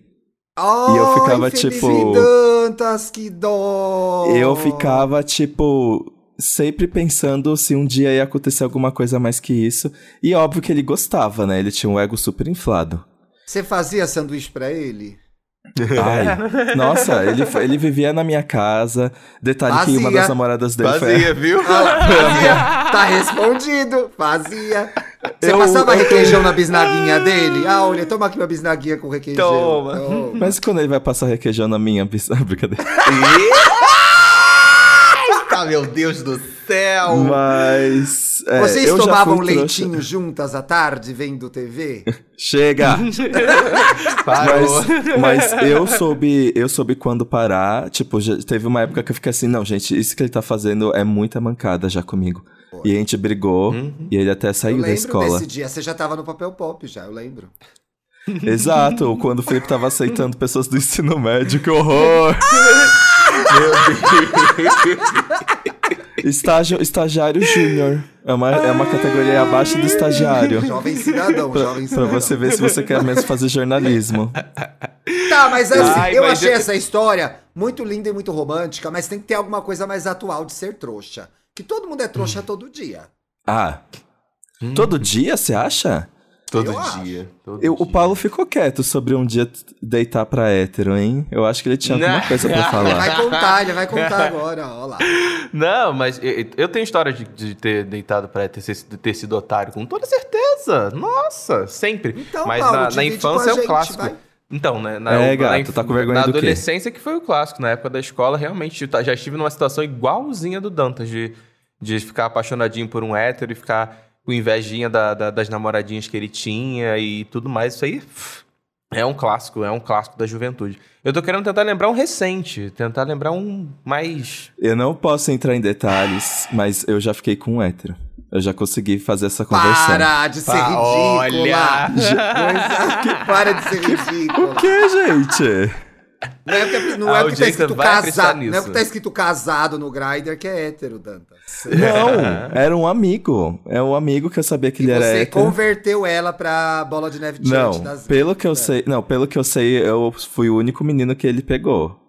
[SPEAKER 3] Oh,
[SPEAKER 1] E eu ficava, tipo-
[SPEAKER 3] Tantas, que dó.
[SPEAKER 1] Eu ficava, tipo, sempre pensando se um dia ia acontecer alguma coisa mais que isso. E óbvio que ele gostava, né? Ele tinha um ego super inflado.
[SPEAKER 3] Você fazia sanduíche pra ele?
[SPEAKER 1] Ai, nossa, ele, ele vivia na minha casa. Detalhe que uma
[SPEAKER 3] Vazia.
[SPEAKER 1] das namoradas dele foi.
[SPEAKER 2] Vazia, viu?
[SPEAKER 3] Ah lá, fazia. tá respondido. Fazia. Você
[SPEAKER 1] Eu-
[SPEAKER 3] passava
[SPEAKER 1] eu-
[SPEAKER 3] requeijão na bisnaguinha dele? Ah, olha, toma aqui uma bisnaguinha com requeijão.
[SPEAKER 2] Toma.
[SPEAKER 1] Mas quando ele vai passar requeijão na minha bis- brincadeira.
[SPEAKER 2] Eita, tá, meu Deus do céu!
[SPEAKER 1] Mas. é,
[SPEAKER 3] Vocês
[SPEAKER 1] eu já
[SPEAKER 3] tomavam
[SPEAKER 1] fui trouxa.
[SPEAKER 3] leitinho juntas à tarde, vendo TV?
[SPEAKER 1] Chega!
[SPEAKER 2] Parou.
[SPEAKER 1] Mas, mas eu soube, eu soube quando parar. Tipo, já teve uma época que eu fiquei assim, não, gente, isso que ele tá fazendo é muita mancada já comigo. E a gente brigou
[SPEAKER 2] Uhum.
[SPEAKER 1] e ele até
[SPEAKER 3] eu
[SPEAKER 1] saiu
[SPEAKER 3] lembro
[SPEAKER 1] da escola.
[SPEAKER 3] desse dia. Você já tava no papel pop já, eu lembro.
[SPEAKER 1] Exato, quando o Felipe tava aceitando pessoas do ensino médio, que horror! Estágio, estagiário júnior. É uma, é uma categoria abaixo do estagiário.
[SPEAKER 3] Jovem cidadão, jovem
[SPEAKER 1] Pra
[SPEAKER 3] cidadão.
[SPEAKER 1] você ver se você quer mesmo fazer jornalismo.
[SPEAKER 3] Tá, mas assim,
[SPEAKER 2] Ai,
[SPEAKER 3] eu
[SPEAKER 2] mas
[SPEAKER 3] achei
[SPEAKER 2] eu-
[SPEAKER 3] essa história muito linda e muito romântica, mas tem que ter alguma coisa mais atual de ser trouxa. Que todo mundo é trouxa
[SPEAKER 2] Hum.
[SPEAKER 3] todo dia.
[SPEAKER 1] Ah, todo dia, você acha?
[SPEAKER 2] Todo
[SPEAKER 3] Eu acho.
[SPEAKER 2] dia. todo
[SPEAKER 1] Eu- o
[SPEAKER 2] dia.
[SPEAKER 1] Paulo ficou quieto sobre um dia t- deitar pra hétero, hein? Eu acho que ele tinha alguma
[SPEAKER 2] Né?
[SPEAKER 1] coisa pra
[SPEAKER 3] Ele
[SPEAKER 1] falar.
[SPEAKER 3] vai contar, ele vai contar agora, ó lá.
[SPEAKER 2] Não, mas eu, eu tenho história de, de ter deitado pra ter, sido- de ter sido otário, com toda certeza. Nossa, sempre.
[SPEAKER 3] Então,
[SPEAKER 2] mas
[SPEAKER 3] Paulo,
[SPEAKER 2] na- na,
[SPEAKER 3] divide
[SPEAKER 2] infância
[SPEAKER 3] com a
[SPEAKER 2] é o
[SPEAKER 3] gente,
[SPEAKER 2] clássico.
[SPEAKER 3] vai.
[SPEAKER 2] Então, né? Na,
[SPEAKER 1] É,
[SPEAKER 2] na
[SPEAKER 1] gato,
[SPEAKER 2] inf-
[SPEAKER 1] tá com vergonha
[SPEAKER 2] Na
[SPEAKER 1] do quê?
[SPEAKER 2] adolescência que foi o clássico. Na época da escola, realmente, eu ta- já estive numa situação igualzinha do Dantas, de, de ficar apaixonadinho por um hétero e ficar com invejinha da- da- das namoradinhas que ele tinha e tudo mais. Isso aí pff, é um clássico, é um clássico da juventude. Eu tô querendo tentar lembrar um recente, tentar lembrar um mais...
[SPEAKER 1] Eu não posso entrar em detalhes, mas eu já fiquei com um hétero. Eu já consegui fazer essa conversão.
[SPEAKER 3] Para de ser
[SPEAKER 2] Pa-
[SPEAKER 3] ridícula.
[SPEAKER 2] olha.
[SPEAKER 3] Coisa que para de ser ridícula.
[SPEAKER 1] O que, gente?
[SPEAKER 3] Não é porque, não é porque tá
[SPEAKER 2] A audiência
[SPEAKER 3] escrito
[SPEAKER 2] vai acreditar
[SPEAKER 3] casado. Não é
[SPEAKER 2] nisso.
[SPEAKER 3] porque tá escrito casado no Grindr que é hétero, Dantas.
[SPEAKER 1] Não, era um amigo. É um amigo que eu sabia que
[SPEAKER 3] E
[SPEAKER 1] ele era
[SPEAKER 3] você
[SPEAKER 1] hétero.
[SPEAKER 3] converteu ela pra bola de neve diante
[SPEAKER 1] Não,
[SPEAKER 3] das né?
[SPEAKER 1] pelo que eu sei, não, pelo que eu sei, eu fui o único menino que ele pegou.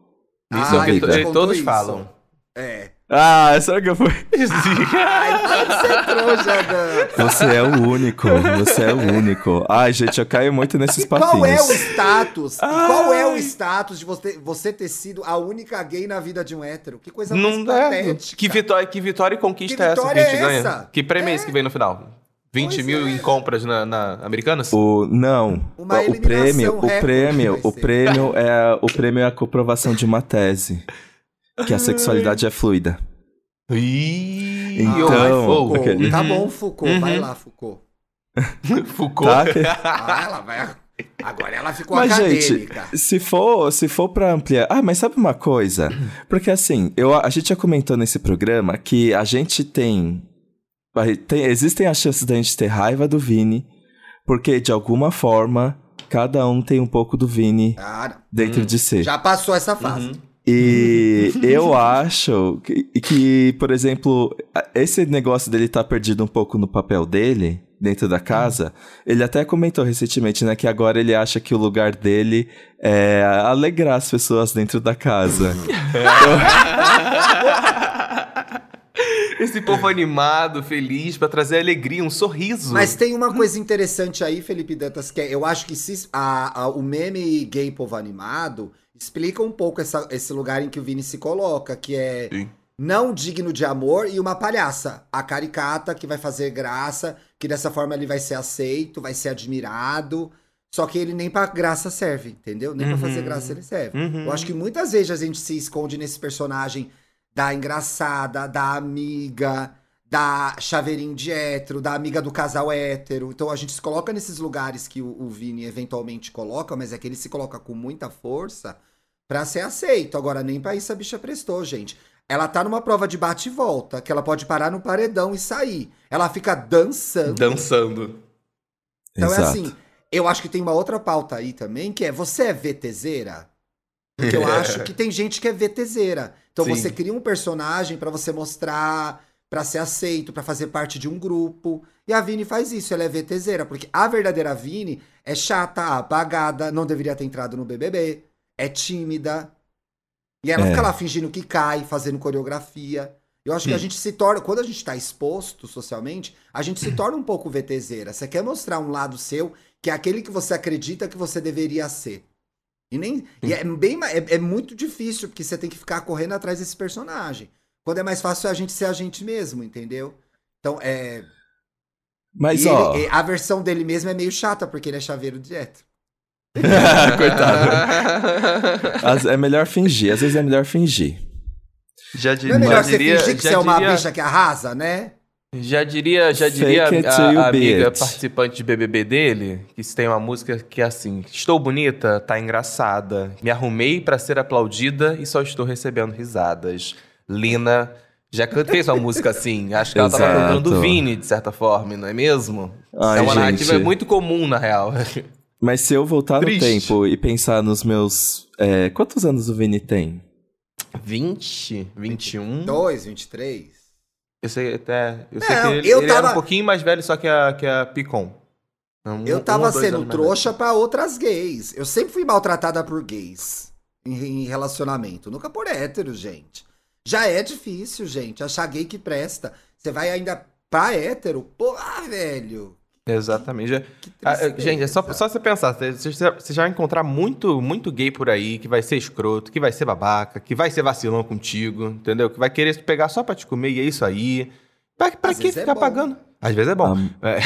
[SPEAKER 2] Isso é o
[SPEAKER 1] Ah,
[SPEAKER 2] que
[SPEAKER 1] ele
[SPEAKER 2] to-
[SPEAKER 1] te
[SPEAKER 2] eh,
[SPEAKER 3] contou
[SPEAKER 2] todos
[SPEAKER 3] isso.
[SPEAKER 2] falam.
[SPEAKER 3] É.
[SPEAKER 1] Ah, será que eu fui?
[SPEAKER 3] Ai, para de ser é trouxa, Dantas.
[SPEAKER 1] Você é o único, você é o único. Ai, gente, eu caio muito nesses
[SPEAKER 3] E qual é o
[SPEAKER 1] papinhos.
[SPEAKER 3] status? E qual é o
[SPEAKER 1] Ai.
[SPEAKER 3] status de você, você ter sido a única gay na vida de um hétero? Que coisa
[SPEAKER 2] Não
[SPEAKER 3] mais
[SPEAKER 2] é.
[SPEAKER 3] patética.
[SPEAKER 2] Que vitória, que vitória e conquista
[SPEAKER 3] Que
[SPEAKER 2] é essa que
[SPEAKER 3] vitória
[SPEAKER 2] a gente
[SPEAKER 3] é
[SPEAKER 2] ganha?
[SPEAKER 3] essa?
[SPEAKER 2] Que prêmio é esse que vem no final? 20
[SPEAKER 3] Pois
[SPEAKER 2] mil
[SPEAKER 3] é.
[SPEAKER 2] em compras na, na Americanas?
[SPEAKER 1] O não,
[SPEAKER 3] Uma
[SPEAKER 1] o prêmio,
[SPEAKER 3] eliminação
[SPEAKER 1] o
[SPEAKER 3] recorde
[SPEAKER 1] prêmio,
[SPEAKER 3] vai
[SPEAKER 1] o
[SPEAKER 3] ser.
[SPEAKER 1] prêmio é o prêmio é a comprovação de uma tese que a sexualidade é fluida.
[SPEAKER 2] Ih,
[SPEAKER 1] Então,
[SPEAKER 2] vai,
[SPEAKER 3] Ah, Foucault.
[SPEAKER 2] Foucault.
[SPEAKER 1] aquele-
[SPEAKER 3] Tá
[SPEAKER 2] Uhum.
[SPEAKER 3] bom, Foucault. Vai
[SPEAKER 2] Uhum.
[SPEAKER 3] lá, Foucault.
[SPEAKER 1] Tá?
[SPEAKER 2] Foucault.
[SPEAKER 3] Ah, ela vai. Agora ela ficou
[SPEAKER 1] Mas, gente,
[SPEAKER 3] acadêmica.
[SPEAKER 1] se for, se for pra ampliar. Ah, mas sabe uma coisa? Porque assim, eu, a gente já comentou nesse programa que a gente tem. vai- tem- existem as chances da gente ter raiva do Vini, porque de alguma forma, cada um tem um pouco do Vini
[SPEAKER 3] Ah, não.
[SPEAKER 1] dentro de si.
[SPEAKER 3] Já passou essa fase.
[SPEAKER 2] Uhum.
[SPEAKER 1] E
[SPEAKER 3] Uhum.
[SPEAKER 1] eu acho que, que, por exemplo, a- esse negócio dele tá perdido um pouco no papel dele, dentro da casa, ele até comentou recentemente, né, que agora ele acha que o lugar dele é alegrar as pessoas dentro da casa.
[SPEAKER 3] Uhum.
[SPEAKER 2] Esse povo animado, feliz, pra trazer alegria, um sorriso.
[SPEAKER 3] Mas tem uma coisa interessante aí, Felipe Dantas, que é, eu acho que se- a- a- o meme gay povo animado explica um pouco essa- esse lugar em que o Vini se coloca, que é
[SPEAKER 2] Sim.
[SPEAKER 3] não digno de amor e uma palhaça. A caricata que vai fazer graça, que dessa forma ele vai ser aceito, vai ser admirado. Só que ele nem pra graça serve, entendeu? Nem pra fazer
[SPEAKER 2] Uhum.
[SPEAKER 3] graça ele serve.
[SPEAKER 2] Uhum.
[SPEAKER 3] Eu acho que muitas vezes a gente se esconde nesse personagem da engraçada, da amiga, da chaveirinho de hétero, da amiga do casal hétero. Então a gente se coloca nesses lugares que o, o Vini eventualmente coloca, mas é que ele se coloca com muita força pra ser aceito. Agora, nem pra isso a bicha prestou, gente. Ela tá numa prova de bate e volta, que ela pode parar no paredão e sair. Ela fica dançando.
[SPEAKER 2] Dançando.
[SPEAKER 3] Então
[SPEAKER 1] Exato.
[SPEAKER 3] é assim, eu acho que tem uma outra pauta aí também, que é você é VTZera? Porque eu acho que tem gente que é VTZera. Então
[SPEAKER 2] Sim.
[SPEAKER 3] você cria um personagem pra você mostrar, pra ser aceito, pra fazer parte de um grupo. E a Vini faz isso, ela é VTZera, porque a verdadeira Vini é chata, apagada, não deveria ter entrado no BBB, é tímida. E ela
[SPEAKER 1] É.
[SPEAKER 3] fica lá fingindo que cai, fazendo coreografia. Eu acho que a
[SPEAKER 2] Hum.
[SPEAKER 3] gente se torna, quando a gente tá exposto socialmente, a gente se torna um pouco VTZera. Você quer mostrar um lado seu, que é aquele que você acredita que você deveria ser. E nem. E é, bem, ma- é, é muito difícil, porque você tem que ficar correndo atrás desse personagem. Quando é mais fácil é a gente ser a gente mesmo, entendeu? Então, é.
[SPEAKER 1] Mas
[SPEAKER 3] e ele-
[SPEAKER 1] ó,
[SPEAKER 3] e a versão dele mesmo é meio chata, porque ele é chaveiro direto.
[SPEAKER 1] coitado. As- é melhor fingir, às vezes é melhor fingir.
[SPEAKER 2] já,
[SPEAKER 3] Não é
[SPEAKER 2] diria,
[SPEAKER 3] melhor
[SPEAKER 2] já
[SPEAKER 3] você
[SPEAKER 2] diria,
[SPEAKER 3] fingir que
[SPEAKER 2] já
[SPEAKER 3] você é uma
[SPEAKER 2] diria-
[SPEAKER 3] bicha que arrasa, né?
[SPEAKER 2] Já diria, já
[SPEAKER 1] Fake
[SPEAKER 2] diria
[SPEAKER 1] it
[SPEAKER 2] a,
[SPEAKER 1] till you
[SPEAKER 2] a amiga
[SPEAKER 1] be it.
[SPEAKER 2] participante de BBB dele, que tem uma música que é assim: Estou bonita, tá engraçada. Me arrumei pra ser aplaudida e só estou recebendo risadas. Lina já can- fez uma música assim. Acho que ela tava
[SPEAKER 1] Exato.
[SPEAKER 2] cantando o Vini, de certa forma, não é mesmo?
[SPEAKER 1] Ai,
[SPEAKER 2] é uma narrativa
[SPEAKER 1] gente.
[SPEAKER 2] muito comum, na real.
[SPEAKER 1] Mas se eu voltar
[SPEAKER 2] Triste.
[SPEAKER 1] no tempo e pensar nos meus, é, quantos anos o Vini tem?
[SPEAKER 2] 20? 21?
[SPEAKER 3] 2, 23.
[SPEAKER 2] Eu sei até. Eu sei
[SPEAKER 3] um? Não,
[SPEAKER 2] que ele,
[SPEAKER 3] eu
[SPEAKER 2] ele era
[SPEAKER 3] tava-
[SPEAKER 2] um pouquinho mais velho, só que a, que a Picon. Um-
[SPEAKER 3] Eu
[SPEAKER 2] um
[SPEAKER 3] tava
[SPEAKER 2] ou dois
[SPEAKER 3] sendo
[SPEAKER 2] anos mais
[SPEAKER 3] trouxa pra outras gays. Eu sempre fui maltratada por gays em, em relacionamento. Nunca por hétero, gente. Já é difícil, gente. Achar gay que presta. Você vai ainda pra hétero? Pô, ah, velho.
[SPEAKER 2] velho. Exatamente. Já-
[SPEAKER 3] Que
[SPEAKER 2] Ah,
[SPEAKER 3] tristeza.
[SPEAKER 2] gente, é só, só você pensar. Você, você- você já vai encontrar muito, muito gay por aí que vai ser escroto, que vai ser babaca, que vai ser vacilão contigo, entendeu? Que vai querer te pegar só pra te comer e é isso aí. Pra, pra
[SPEAKER 3] Às
[SPEAKER 2] que
[SPEAKER 3] vezes é
[SPEAKER 2] ficar
[SPEAKER 3] bom.
[SPEAKER 2] pagando? Às vezes é bom.
[SPEAKER 1] Ah,
[SPEAKER 2] É.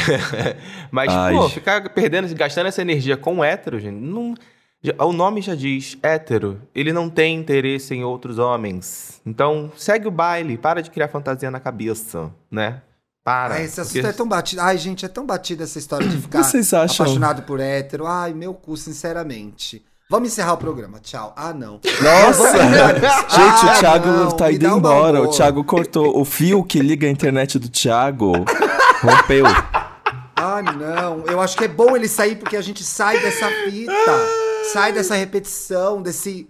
[SPEAKER 2] Mas,
[SPEAKER 1] Ai.
[SPEAKER 2] pô, ficar perdendo, gastando essa energia com hétero, gente, não. já- O nome já diz, hétero, ele não tem interesse em outros homens. Então, segue o baile, para de criar fantasia na cabeça, né? Para.
[SPEAKER 3] Ai, esse assunto
[SPEAKER 2] porque-
[SPEAKER 3] é tão batido. Ai, gente, é tão batido essa história de
[SPEAKER 1] O que
[SPEAKER 3] ficar
[SPEAKER 1] vocês acham?
[SPEAKER 3] apaixonado por hétero. Ai, meu cu, sinceramente. Vamos encerrar o programa. Tchau. Ah, não.
[SPEAKER 1] Nossa! Gente,
[SPEAKER 3] Ah,
[SPEAKER 1] o Thiago
[SPEAKER 3] não,
[SPEAKER 1] tá
[SPEAKER 3] me
[SPEAKER 1] indo
[SPEAKER 3] dá um
[SPEAKER 1] embora. O
[SPEAKER 3] balcão.
[SPEAKER 1] Thiago cortou o fio que liga a internet do Thiago. Rompeu.
[SPEAKER 3] Ah, não. Eu acho que é bom ele sair porque a gente sai dessa fita. sai dessa repetição, desse.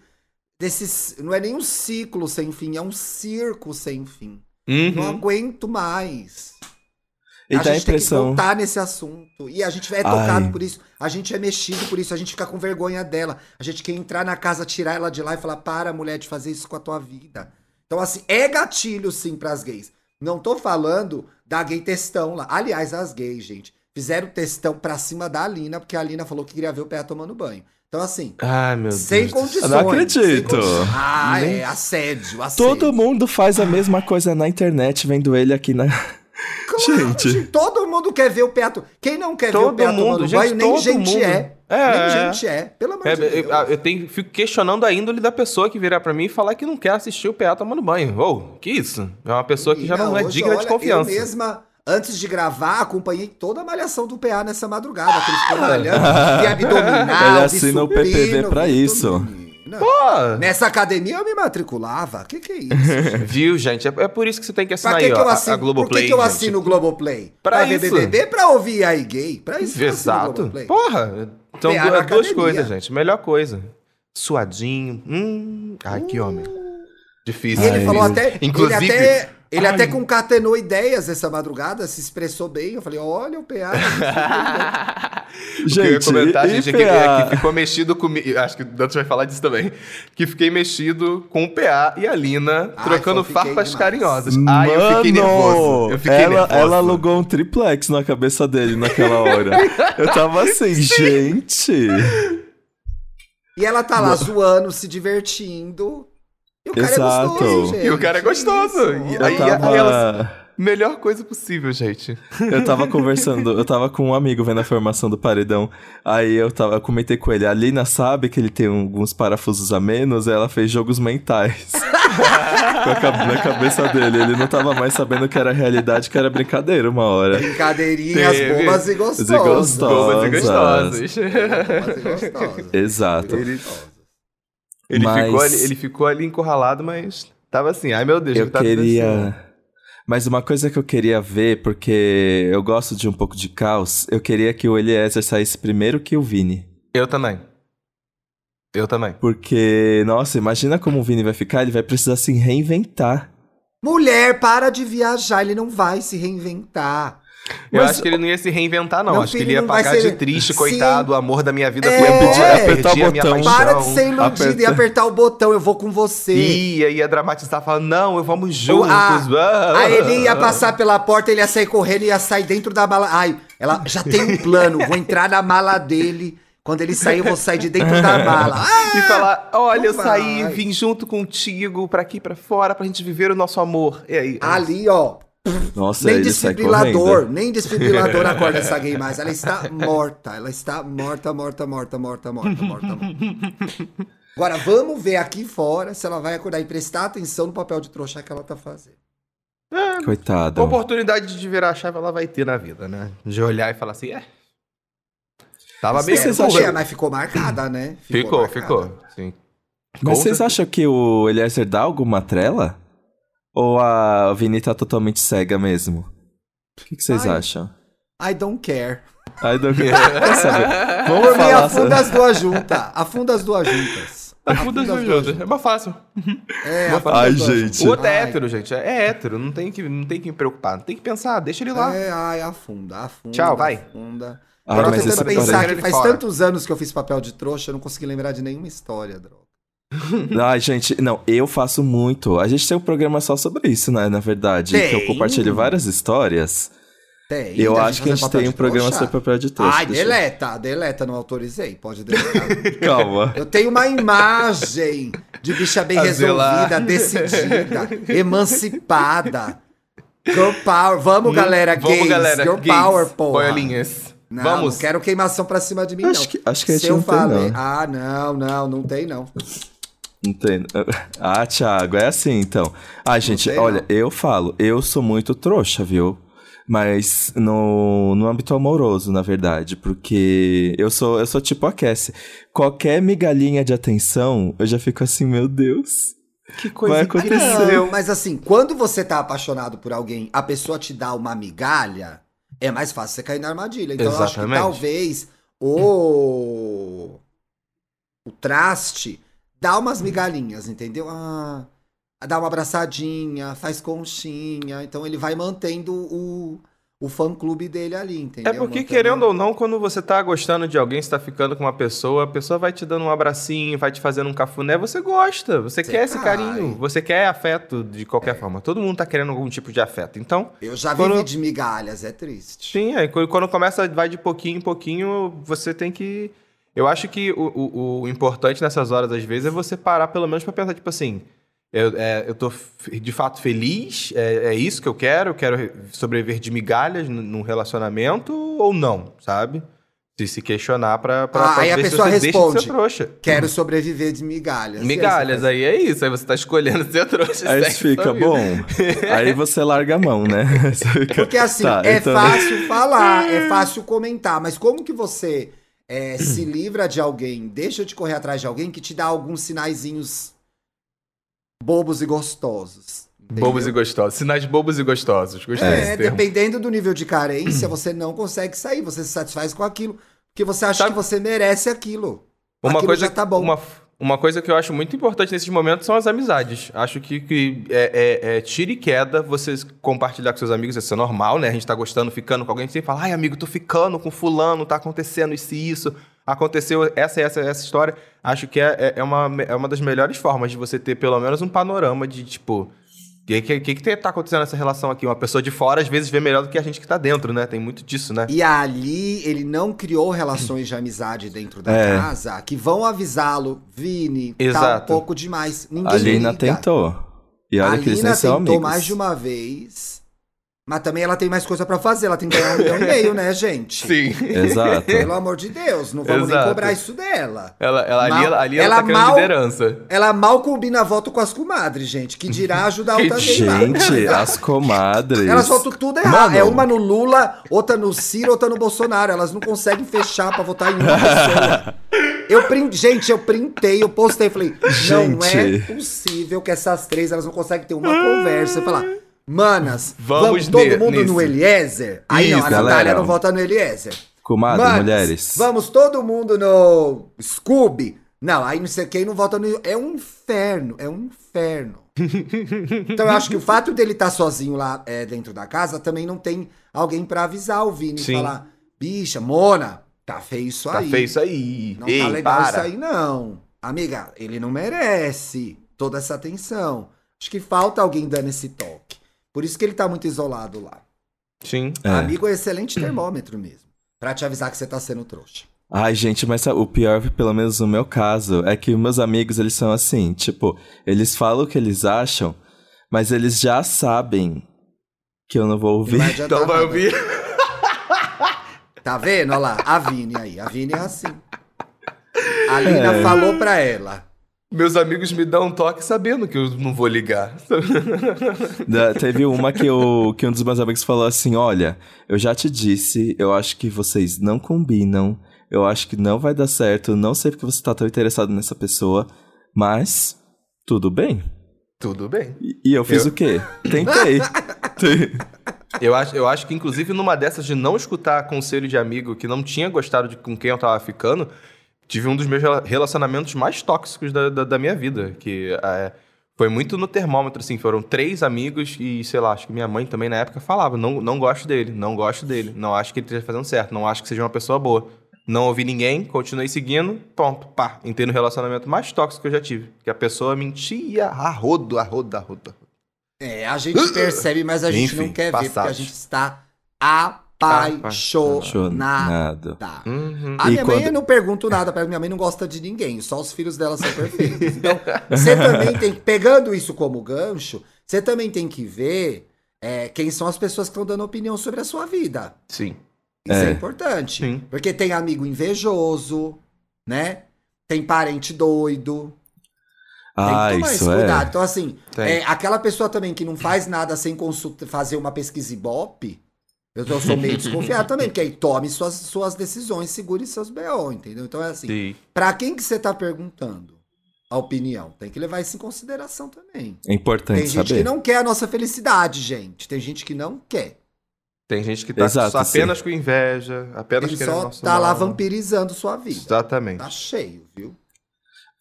[SPEAKER 3] desse não é nem um ciclo sem fim, é um circo sem fim. Não
[SPEAKER 2] Uhum.
[SPEAKER 3] aguento mais.
[SPEAKER 1] E
[SPEAKER 3] a
[SPEAKER 1] dá a
[SPEAKER 3] gente tem que
[SPEAKER 1] impressão.
[SPEAKER 3] voltar nesse assunto. E a gente é tocado
[SPEAKER 1] Ai.
[SPEAKER 3] por isso, a gente é mexido por isso, a gente fica com vergonha dela. A gente quer entrar na casa, tirar ela de lá e falar: para, mulher, de fazer isso com a tua vida. Então, assim, é gatilho sim pras gays. Não tô falando da gay textão lá. Aliás, as gays, gente, fizeram textão pra cima da Alina, porque a Alina falou que queria ver o pé tomando banho. Então, assim,
[SPEAKER 2] Ai, meu
[SPEAKER 3] sem
[SPEAKER 2] Deus. do céu.
[SPEAKER 3] condições.
[SPEAKER 1] Não acredito.
[SPEAKER 3] sem condições. Ah,
[SPEAKER 2] Nem-
[SPEAKER 3] é, assédio, assédio.
[SPEAKER 1] Todo mundo faz a mesma coisa na internet, vendo ele aqui na.
[SPEAKER 3] Claro,
[SPEAKER 1] Gente.
[SPEAKER 3] gente. Todo mundo quer ver o pé ato- Quem não quer
[SPEAKER 2] Todo
[SPEAKER 3] ver o pé
[SPEAKER 2] mundo,
[SPEAKER 3] tomando
[SPEAKER 2] gente,
[SPEAKER 3] banho, nem
[SPEAKER 2] todo
[SPEAKER 3] gente
[SPEAKER 2] mundo.
[SPEAKER 3] é.
[SPEAKER 2] É.
[SPEAKER 3] Nem gente é. Pelo amor
[SPEAKER 2] É,
[SPEAKER 3] de
[SPEAKER 2] eu,
[SPEAKER 3] Deus.
[SPEAKER 2] eu tenho, fico questionando a índole da pessoa que virar pra mim e falar que não quer assistir o PA tomando banho. Ou, que isso? É uma pessoa que já não, é
[SPEAKER 3] hoje,
[SPEAKER 2] digna
[SPEAKER 3] olha,
[SPEAKER 2] de confiança.
[SPEAKER 3] Eu mesma, antes de gravar, acompanhei toda a malhação do PA nessa madrugada, que ele ficou malhando, de abdominal,
[SPEAKER 1] Ele
[SPEAKER 3] de
[SPEAKER 1] assina o
[SPEAKER 3] supino,
[SPEAKER 1] PPV pra
[SPEAKER 3] de
[SPEAKER 1] isso.
[SPEAKER 3] tudo, menina.
[SPEAKER 2] Pô,
[SPEAKER 3] Nessa academia eu me matriculava. Que que é isso?
[SPEAKER 2] viu, gente? É, é por isso que você tem que assinar
[SPEAKER 3] Pra que,
[SPEAKER 2] aí,
[SPEAKER 3] que
[SPEAKER 2] ó,
[SPEAKER 3] eu
[SPEAKER 2] a-
[SPEAKER 3] assino,
[SPEAKER 2] a
[SPEAKER 3] por que,
[SPEAKER 2] Globoplay.
[SPEAKER 3] que eu
[SPEAKER 2] gente.
[SPEAKER 3] assino o Globoplay?
[SPEAKER 2] Pra
[SPEAKER 3] ver
[SPEAKER 2] isso.
[SPEAKER 3] BBB, pra ouvir aí gay? Pra isso que eu assino o
[SPEAKER 2] Exato.
[SPEAKER 3] Globoplay.
[SPEAKER 2] Porra, são
[SPEAKER 3] PA
[SPEAKER 2] du-
[SPEAKER 3] na
[SPEAKER 2] duas,
[SPEAKER 3] academia.
[SPEAKER 2] coisas, gente. Melhor coisa. Suadinho. Hum. Ai, que homem. Difícil.
[SPEAKER 3] E ele
[SPEAKER 1] Ai,
[SPEAKER 3] falou
[SPEAKER 2] difícil.
[SPEAKER 3] até.
[SPEAKER 2] Inclusive,
[SPEAKER 3] Ele até, ele
[SPEAKER 2] ai.
[SPEAKER 3] até concatenou ideias essa madrugada, se expressou bem. Eu falei, olha o PA.
[SPEAKER 2] O que eu ia
[SPEAKER 1] Gente,
[SPEAKER 2] comentar,
[SPEAKER 1] e-
[SPEAKER 2] gente,
[SPEAKER 1] e
[SPEAKER 2] é que, é
[SPEAKER 1] PA?
[SPEAKER 2] que ficou mexido comigo. Acho que o Dantas vai falar disso também. Que fiquei mexido com o PA e a Lina
[SPEAKER 3] Ai,
[SPEAKER 2] trocando
[SPEAKER 3] eu fiquei
[SPEAKER 2] farpas
[SPEAKER 3] demais.
[SPEAKER 2] carinhosas. Ai,
[SPEAKER 1] Mano,
[SPEAKER 2] eu fiquei nervoso. Eu fiquei
[SPEAKER 1] ela,
[SPEAKER 2] nervoso.
[SPEAKER 1] ela alugou um triplex na cabeça dele naquela hora. Eu tava assim, gente.
[SPEAKER 3] E ela tá lá zoando, se divertindo. E o cara
[SPEAKER 1] Exato.
[SPEAKER 3] é gostoso, gente.
[SPEAKER 2] E o cara é gostoso. E
[SPEAKER 3] Isso.
[SPEAKER 1] Eu
[SPEAKER 2] aí-
[SPEAKER 1] tava,
[SPEAKER 2] aí ela- Melhor coisa possível, gente.
[SPEAKER 1] eu tava conversando, eu tava com um amigo vendo a formação do paredão. Aí eu, tava, eu comentei com ele, a Lina sabe que ele tem alguns parafusos a menos, aí ela fez jogos mentais. com a ca- na cabeça dele. Ele não tava mais sabendo que era realidade, que era brincadeira uma hora.
[SPEAKER 3] Brincadeirinhas
[SPEAKER 2] Teve.
[SPEAKER 3] bobas e gostosas.
[SPEAKER 1] gostoso.
[SPEAKER 2] Boas e
[SPEAKER 1] Gostosas.
[SPEAKER 2] gostosas.
[SPEAKER 3] Bobas e gostosas.
[SPEAKER 1] Exato.
[SPEAKER 3] Bobas e gostosas.
[SPEAKER 2] Ele,
[SPEAKER 1] Mas-
[SPEAKER 2] ficou ali, ele ficou ali encurralado, mas tava assim. Ai, meu Deus, o
[SPEAKER 1] Eu
[SPEAKER 2] que tá acontecendo?
[SPEAKER 1] queria. Mas uma coisa que eu queria ver, porque eu gosto de um pouco de caos, eu queria que o Eliezer saísse primeiro que o Vini.
[SPEAKER 2] Eu também. Eu também.
[SPEAKER 1] Porque, nossa, imagina como o Vini vai ficar, ele vai precisar se reinventar.
[SPEAKER 3] Mulher, para de viajar, ele não vai se reinventar.
[SPEAKER 2] Eu
[SPEAKER 1] Mas-
[SPEAKER 2] acho que ele não ia se reinventar, não.
[SPEAKER 3] Meu
[SPEAKER 2] acho que
[SPEAKER 3] filho
[SPEAKER 2] ele ia
[SPEAKER 3] não vai
[SPEAKER 2] pagar
[SPEAKER 3] ser-
[SPEAKER 2] de triste,
[SPEAKER 3] Sim.
[SPEAKER 2] coitado. O amor da minha vida
[SPEAKER 3] É.
[SPEAKER 2] foi embora,
[SPEAKER 1] Apertar
[SPEAKER 2] perdi
[SPEAKER 1] o
[SPEAKER 2] a minha
[SPEAKER 1] botão.
[SPEAKER 2] paixão.
[SPEAKER 3] Para de ser iludido e
[SPEAKER 1] aperta-
[SPEAKER 3] apertar o botão, eu vou com você.
[SPEAKER 2] Ia, ia dramatizar, falando, não, eu vamos juntos.
[SPEAKER 3] Ah,
[SPEAKER 2] ah,
[SPEAKER 3] Aí ele ia passar pela porta, ele ia sair correndo, ia sair dentro da mala. Ai, ela já tem um plano, vou entrar na mala dele. Quando ele sair, eu vou sair de dentro da mala. Ah,
[SPEAKER 2] E falar, olha, eu
[SPEAKER 3] Não
[SPEAKER 2] saí,
[SPEAKER 3] vai.
[SPEAKER 2] vim junto contigo, pra aqui, pra fora, pra gente viver o nosso amor. E aí?
[SPEAKER 3] Ah, ali, ó.
[SPEAKER 1] Nossa,
[SPEAKER 3] Nem
[SPEAKER 1] ele sai correndo.
[SPEAKER 3] desfibrilador, nem desfibrilador acorda essa gay mais. Ela está morta, ela está morta, morta, morta, morta, morta, morta, morta. Agora, vamos ver aqui fora se ela vai acordar e prestar atenção no papel de trouxa que ela tá fazendo.
[SPEAKER 2] então.
[SPEAKER 1] Coitado.
[SPEAKER 2] Oportunidade de virar a chave ela vai ter na vida, né? De olhar e falar assim, é. Tava meio
[SPEAKER 1] Vocês
[SPEAKER 3] É,
[SPEAKER 1] acham-
[SPEAKER 3] mas ficou marcada, né?
[SPEAKER 2] Ficou,
[SPEAKER 3] marcada.
[SPEAKER 2] ficou. Sim. Com
[SPEAKER 1] Mas vocês
[SPEAKER 2] certeza.
[SPEAKER 1] acham que o Eliezer dá alguma trela? Ou a Vini tá totalmente cega mesmo? O que, que vocês
[SPEAKER 3] Ai.
[SPEAKER 1] acham?
[SPEAKER 3] I don't care.
[SPEAKER 1] Ai, não quero saber.
[SPEAKER 3] Por
[SPEAKER 1] Vamos
[SPEAKER 3] mim,
[SPEAKER 1] falar Ah,
[SPEAKER 3] afunda as duas juntas. Afunda as duas juntas.
[SPEAKER 2] Uma das duas juntas. É mais fácil.
[SPEAKER 3] É,
[SPEAKER 2] Vou
[SPEAKER 3] a
[SPEAKER 1] falar. Ai,
[SPEAKER 3] fruta-
[SPEAKER 1] gente.
[SPEAKER 2] O outro é
[SPEAKER 3] Ai,
[SPEAKER 2] hétero, gente. É hétero. Não tem que, não tem que me preocupar. Não tem que pensar. "Ah, Deixa ele lá.
[SPEAKER 3] É, ai, afunda, afunda.
[SPEAKER 2] Tchau, vai.
[SPEAKER 3] Afunda.
[SPEAKER 1] Ai,
[SPEAKER 3] Agora eu
[SPEAKER 1] mas
[SPEAKER 3] tô
[SPEAKER 1] essa
[SPEAKER 3] tentando
[SPEAKER 2] história-
[SPEAKER 3] pensar
[SPEAKER 1] história...
[SPEAKER 3] que
[SPEAKER 2] Ele
[SPEAKER 3] faz
[SPEAKER 2] fora.
[SPEAKER 3] tantos anos que eu fiz papel de trouxa, eu não consegui lembrar de nenhuma história, droga.
[SPEAKER 1] Ai, gente, não, eu faço muito. A gente tem um programa só sobre isso, né? Na verdade, que eu
[SPEAKER 3] Tem.
[SPEAKER 1] compartilho várias histórias.
[SPEAKER 3] Tem.
[SPEAKER 1] eu
[SPEAKER 3] da
[SPEAKER 1] acho que a gente
[SPEAKER 3] fazer papel
[SPEAKER 1] tem um
[SPEAKER 3] de
[SPEAKER 1] programa
[SPEAKER 3] trouxa?
[SPEAKER 1] sobre papel de texto.
[SPEAKER 3] Ai, deleta, deleta, não autorizei, pode deletar.
[SPEAKER 1] Calma.
[SPEAKER 3] Eu tenho uma imagem de bicha bem
[SPEAKER 2] Azelar.
[SPEAKER 3] resolvida, decidida, emancipada. Girl power. Vamos, galera,
[SPEAKER 2] Hum, Vamos,
[SPEAKER 3] gays.
[SPEAKER 2] galera.
[SPEAKER 3] Girl
[SPEAKER 2] gays,
[SPEAKER 3] power, porra.
[SPEAKER 2] Boiolinhas.
[SPEAKER 3] Não,
[SPEAKER 2] Vamos.
[SPEAKER 3] não quero queimação pra cima de mim, não.
[SPEAKER 1] Acho que- acho que a gente
[SPEAKER 3] Se eu
[SPEAKER 1] não tem,
[SPEAKER 3] falei,
[SPEAKER 1] não.
[SPEAKER 3] ah, não, não, não tem, não.
[SPEAKER 1] Entendo. Ah, Thiago, é assim então. Ah, gente,
[SPEAKER 3] sei, não.
[SPEAKER 1] olha, eu falo, eu sou muito trouxa, viu? Mas no, no âmbito amoroso, na verdade, porque eu sou eu sou tipo a Cassie. Qualquer migalhinha de atenção, eu já fico assim, meu Deus.
[SPEAKER 2] Que coisa
[SPEAKER 1] Vai
[SPEAKER 2] incrível.
[SPEAKER 1] acontecer.
[SPEAKER 3] Não, mas assim, quando você tá apaixonado por alguém, a pessoa te dá uma migalha, é mais fácil você cair na armadilha. Então eu acho que
[SPEAKER 2] Exatamente.
[SPEAKER 3] talvez o... o traste dá umas migalhinhas, entendeu? Ah, dá uma abraçadinha, faz conchinha. Então ele vai mantendo o, o fã-clube dele ali, entendeu?
[SPEAKER 2] É porque,
[SPEAKER 3] Mantendo-
[SPEAKER 2] querendo ou não, quando você tá gostando de alguém, você tá ficando com uma pessoa, a pessoa vai te dando um abracinho, vai te fazendo um cafuné, você gosta, você
[SPEAKER 3] Você
[SPEAKER 2] quer esse
[SPEAKER 3] vai.
[SPEAKER 2] carinho, você quer afeto de qualquer forma. Todo mundo tá querendo algum tipo de afeto. Então,
[SPEAKER 3] Eu já vivi
[SPEAKER 2] Quando-
[SPEAKER 3] de migalhas, é triste.
[SPEAKER 2] sim, aí quando quando começa, vai de pouquinho em pouquinho, você tem que. Eu acho que o, o- o importante nessas horas, às vezes, é você parar pelo menos pra pensar, tipo assim. Eu, é, eu tô f- de fato feliz? É, é isso que eu quero? Eu quero re- sobreviver de migalhas n- num relacionamento ou não, sabe? De se questionar pra, pra,
[SPEAKER 3] Ah,
[SPEAKER 2] pra
[SPEAKER 3] aí a
[SPEAKER 2] ver se
[SPEAKER 3] pessoa
[SPEAKER 2] você deixa de
[SPEAKER 3] responde,
[SPEAKER 2] ser trouxa.
[SPEAKER 3] Quero sobreviver de migalhas. E é aí,
[SPEAKER 2] Migalhas,
[SPEAKER 3] você
[SPEAKER 2] aí é isso. Aí você tá escolhendo ser trouxa.
[SPEAKER 1] Aí
[SPEAKER 3] é
[SPEAKER 2] segue
[SPEAKER 1] você fica
[SPEAKER 2] sua vida.
[SPEAKER 1] bom.
[SPEAKER 3] né?"
[SPEAKER 1] Aí você larga a mão, né? Você fica-
[SPEAKER 3] Porque assim,
[SPEAKER 1] Tá,
[SPEAKER 3] é
[SPEAKER 1] então-
[SPEAKER 3] fácil falar, é fácil comentar, mas como que você é, se livra de alguém, deixa de correr atrás de alguém que te dá alguns sinaizinhos bobos e gostosos? entendeu?
[SPEAKER 2] Bobos e gostosos. Sinais bobos e gostosos. Gostei
[SPEAKER 3] É,
[SPEAKER 2] desse termo.
[SPEAKER 3] dependendo do nível de carência, você não consegue sair, você se satisfaz com aquilo, porque você acha
[SPEAKER 2] Sabe-
[SPEAKER 3] que você merece aquilo.
[SPEAKER 2] Uma
[SPEAKER 3] Aquilo
[SPEAKER 2] coisa,
[SPEAKER 3] já tá bom.
[SPEAKER 2] Uma, uma coisa que eu acho muito importante nesses momentos são as amizades. Acho que, que é, é- é tiro e queda você compartilhar com seus amigos, isso é normal, né? A gente tá gostando, ficando com alguém, você fala, ai amigo, tô ficando com fulano, tá acontecendo isso e isso, aconteceu essa, essa, essa história. Acho que é, é- é uma, é uma das melhores formas de você ter pelo menos um panorama de, tipo... O que, que, que, que tá acontecendo nessa relação aqui? Uma pessoa de fora, às vezes, vê melhor do que a gente que tá dentro, né? Tem muito disso, né?
[SPEAKER 3] E ali ele não criou relações de amizade dentro da
[SPEAKER 1] É.
[SPEAKER 3] casa que vão avisá-lo, Vini, tá um
[SPEAKER 2] Exato.
[SPEAKER 3] pouco demais. Ninguém
[SPEAKER 1] A Lina
[SPEAKER 3] liga.
[SPEAKER 1] tentou. E olha
[SPEAKER 3] a
[SPEAKER 1] que eles
[SPEAKER 3] Lina
[SPEAKER 1] nem são
[SPEAKER 3] tentou
[SPEAKER 1] amigos.
[SPEAKER 3] mais de uma vez, mas também ela tem mais coisa pra fazer. Ela tem que ganhar um milhão e meio, né, gente?
[SPEAKER 2] Sim.
[SPEAKER 1] Exato.
[SPEAKER 3] Pelo amor de Deus, não vamos nem
[SPEAKER 2] Exato.
[SPEAKER 3] cobrar isso dela.
[SPEAKER 2] Ela, ela, ali,
[SPEAKER 3] Mal-
[SPEAKER 2] ela, ali ela,
[SPEAKER 3] ela
[SPEAKER 2] tá querendo
[SPEAKER 3] mal-
[SPEAKER 2] liderança.
[SPEAKER 3] Ela mal combina voto com as comadres, gente. Que dirá ajudar a outra gay lá.
[SPEAKER 1] Gente, as comadres.
[SPEAKER 3] Elas votam tudo errado.
[SPEAKER 1] Mano.
[SPEAKER 3] É uma no Lula, outra no Ciro, outra no Bolsonaro. Elas não conseguem fechar pra votar em uma pessoa. Eu print, gente, eu printei, eu postei, falei, não é
[SPEAKER 1] Gente.
[SPEAKER 3] possível que essas três elas não conseguem ter uma conversa e falar, manas, vamos,
[SPEAKER 2] Vamos
[SPEAKER 3] todo
[SPEAKER 2] ne-
[SPEAKER 3] mundo no
[SPEAKER 2] nisso."
[SPEAKER 3] Eliezer? Aí não,
[SPEAKER 2] Isso,
[SPEAKER 3] a Natália
[SPEAKER 1] galera.
[SPEAKER 3] não vota no Eliezer.
[SPEAKER 1] Comadre,
[SPEAKER 3] Manas,
[SPEAKER 1] mulheres.
[SPEAKER 3] Vamos todo mundo no Scooby. Não, aí não sei quem não vota no. É um inferno, é um inferno. então eu acho que o fato dele estar sozinho lá é, dentro da casa também não tem alguém pra avisar o Vini e
[SPEAKER 2] Sim.
[SPEAKER 3] falar: bicha, Mona, tá feio isso
[SPEAKER 2] Tá
[SPEAKER 3] aí.
[SPEAKER 2] feio isso aí.
[SPEAKER 3] Não
[SPEAKER 2] Ei,
[SPEAKER 3] tá legal
[SPEAKER 2] para.
[SPEAKER 3] isso aí, não. Amiga, ele não merece toda essa atenção. Acho que falta alguém dando esse toque. Por isso que ele tá muito isolado lá.
[SPEAKER 2] Sim.
[SPEAKER 1] É.
[SPEAKER 3] Amigo é um excelente termômetro mesmo. Pra te avisar que você tá sendo trouxa.
[SPEAKER 1] Ai, gente, mas sabe, o pior, pelo menos no meu caso, é que meus amigos, eles são assim, tipo, eles falam o que eles acham, mas eles já sabem que eu não vou
[SPEAKER 3] Não vai
[SPEAKER 1] ouvir.
[SPEAKER 3] adiantar
[SPEAKER 2] Então vai
[SPEAKER 3] nada.
[SPEAKER 2] ouvir.
[SPEAKER 3] Tá vendo? Olha lá, a Vini aí. A Vini é assim.
[SPEAKER 2] É.
[SPEAKER 3] A Lina falou pra ela.
[SPEAKER 2] Meus amigos me dão um toque sabendo que eu não vou ligar.
[SPEAKER 1] Da- Teve uma que, eu, que um dos meus amigos falou assim, olha, eu já te disse, eu acho que vocês não combinam, eu acho que não vai dar certo, não sei porque você tá tão interessado nessa pessoa, mas tudo bem.
[SPEAKER 2] Tudo bem.
[SPEAKER 1] E- E eu fiz
[SPEAKER 2] Eu-
[SPEAKER 1] o quê? Tentei.
[SPEAKER 2] Eu acho, eu acho que, inclusive, numa dessas de não escutar conselho de amigo que não tinha gostado de com quem eu tava ficando, tive um dos meus rela- relacionamentos mais tóxicos da, da, da minha vida, que é, foi muito no termômetro, assim, foram três amigos e, sei lá, acho que minha mãe também na época falava, não, não gosto dele, não gosto dele, não acho que ele esteja fazendo certo, não acho que seja uma pessoa boa. Não ouvi ninguém, continuei seguindo, pronto, pá, entrei no relacionamento mais tóxico que eu já tive, que a pessoa mentia a rodo, a rodo, a rodo.
[SPEAKER 3] É, a gente percebe, mas a gente
[SPEAKER 2] Uh! Enfim,
[SPEAKER 3] não quer ver, porque a
[SPEAKER 2] passagem.
[SPEAKER 3] gente está apaixonada.
[SPEAKER 1] Nada.
[SPEAKER 2] Uhum.
[SPEAKER 3] A
[SPEAKER 1] E
[SPEAKER 3] minha mãe
[SPEAKER 1] quando-
[SPEAKER 3] eu não pergunto nada pra ela, minha mãe não gosta de ninguém, só os filhos dela são perfeitos. Então, você também tem que, pegando isso como gancho, você também tem que ver é, quem são as pessoas que estão dando opinião sobre a sua vida.
[SPEAKER 2] Sim.
[SPEAKER 3] Isso é,
[SPEAKER 1] É.
[SPEAKER 3] importante.
[SPEAKER 2] Sim.
[SPEAKER 3] Porque tem amigo invejoso, né? Tem parente doido. Tem
[SPEAKER 1] Ah,
[SPEAKER 3] que tomar esse
[SPEAKER 1] isso
[SPEAKER 3] cuidado.
[SPEAKER 1] é.
[SPEAKER 3] Então, assim,
[SPEAKER 2] Tem.
[SPEAKER 3] é, aquela pessoa também que não faz nada sem consulta, fazer uma pesquisa Ibope, eu, eu sou meio desconfiado também, porque aí tome suas, suas decisões, segure seus BO, entendeu? Então é assim,
[SPEAKER 2] Sim.
[SPEAKER 3] pra quem que você tá perguntando a opinião? Tem que levar isso em consideração também.
[SPEAKER 1] É importante
[SPEAKER 3] Tem gente
[SPEAKER 1] saber.
[SPEAKER 3] que não quer a nossa felicidade, gente. Tem gente que não quer.
[SPEAKER 2] Tem gente que tá
[SPEAKER 1] Exato,
[SPEAKER 2] só
[SPEAKER 1] sim.
[SPEAKER 2] apenas com inveja, apenas
[SPEAKER 3] Ele
[SPEAKER 2] querendo
[SPEAKER 3] só
[SPEAKER 2] nosso
[SPEAKER 3] tá lá
[SPEAKER 2] mal.
[SPEAKER 3] vampirizando sua vida.
[SPEAKER 2] Exatamente.
[SPEAKER 3] Tá cheio, viu?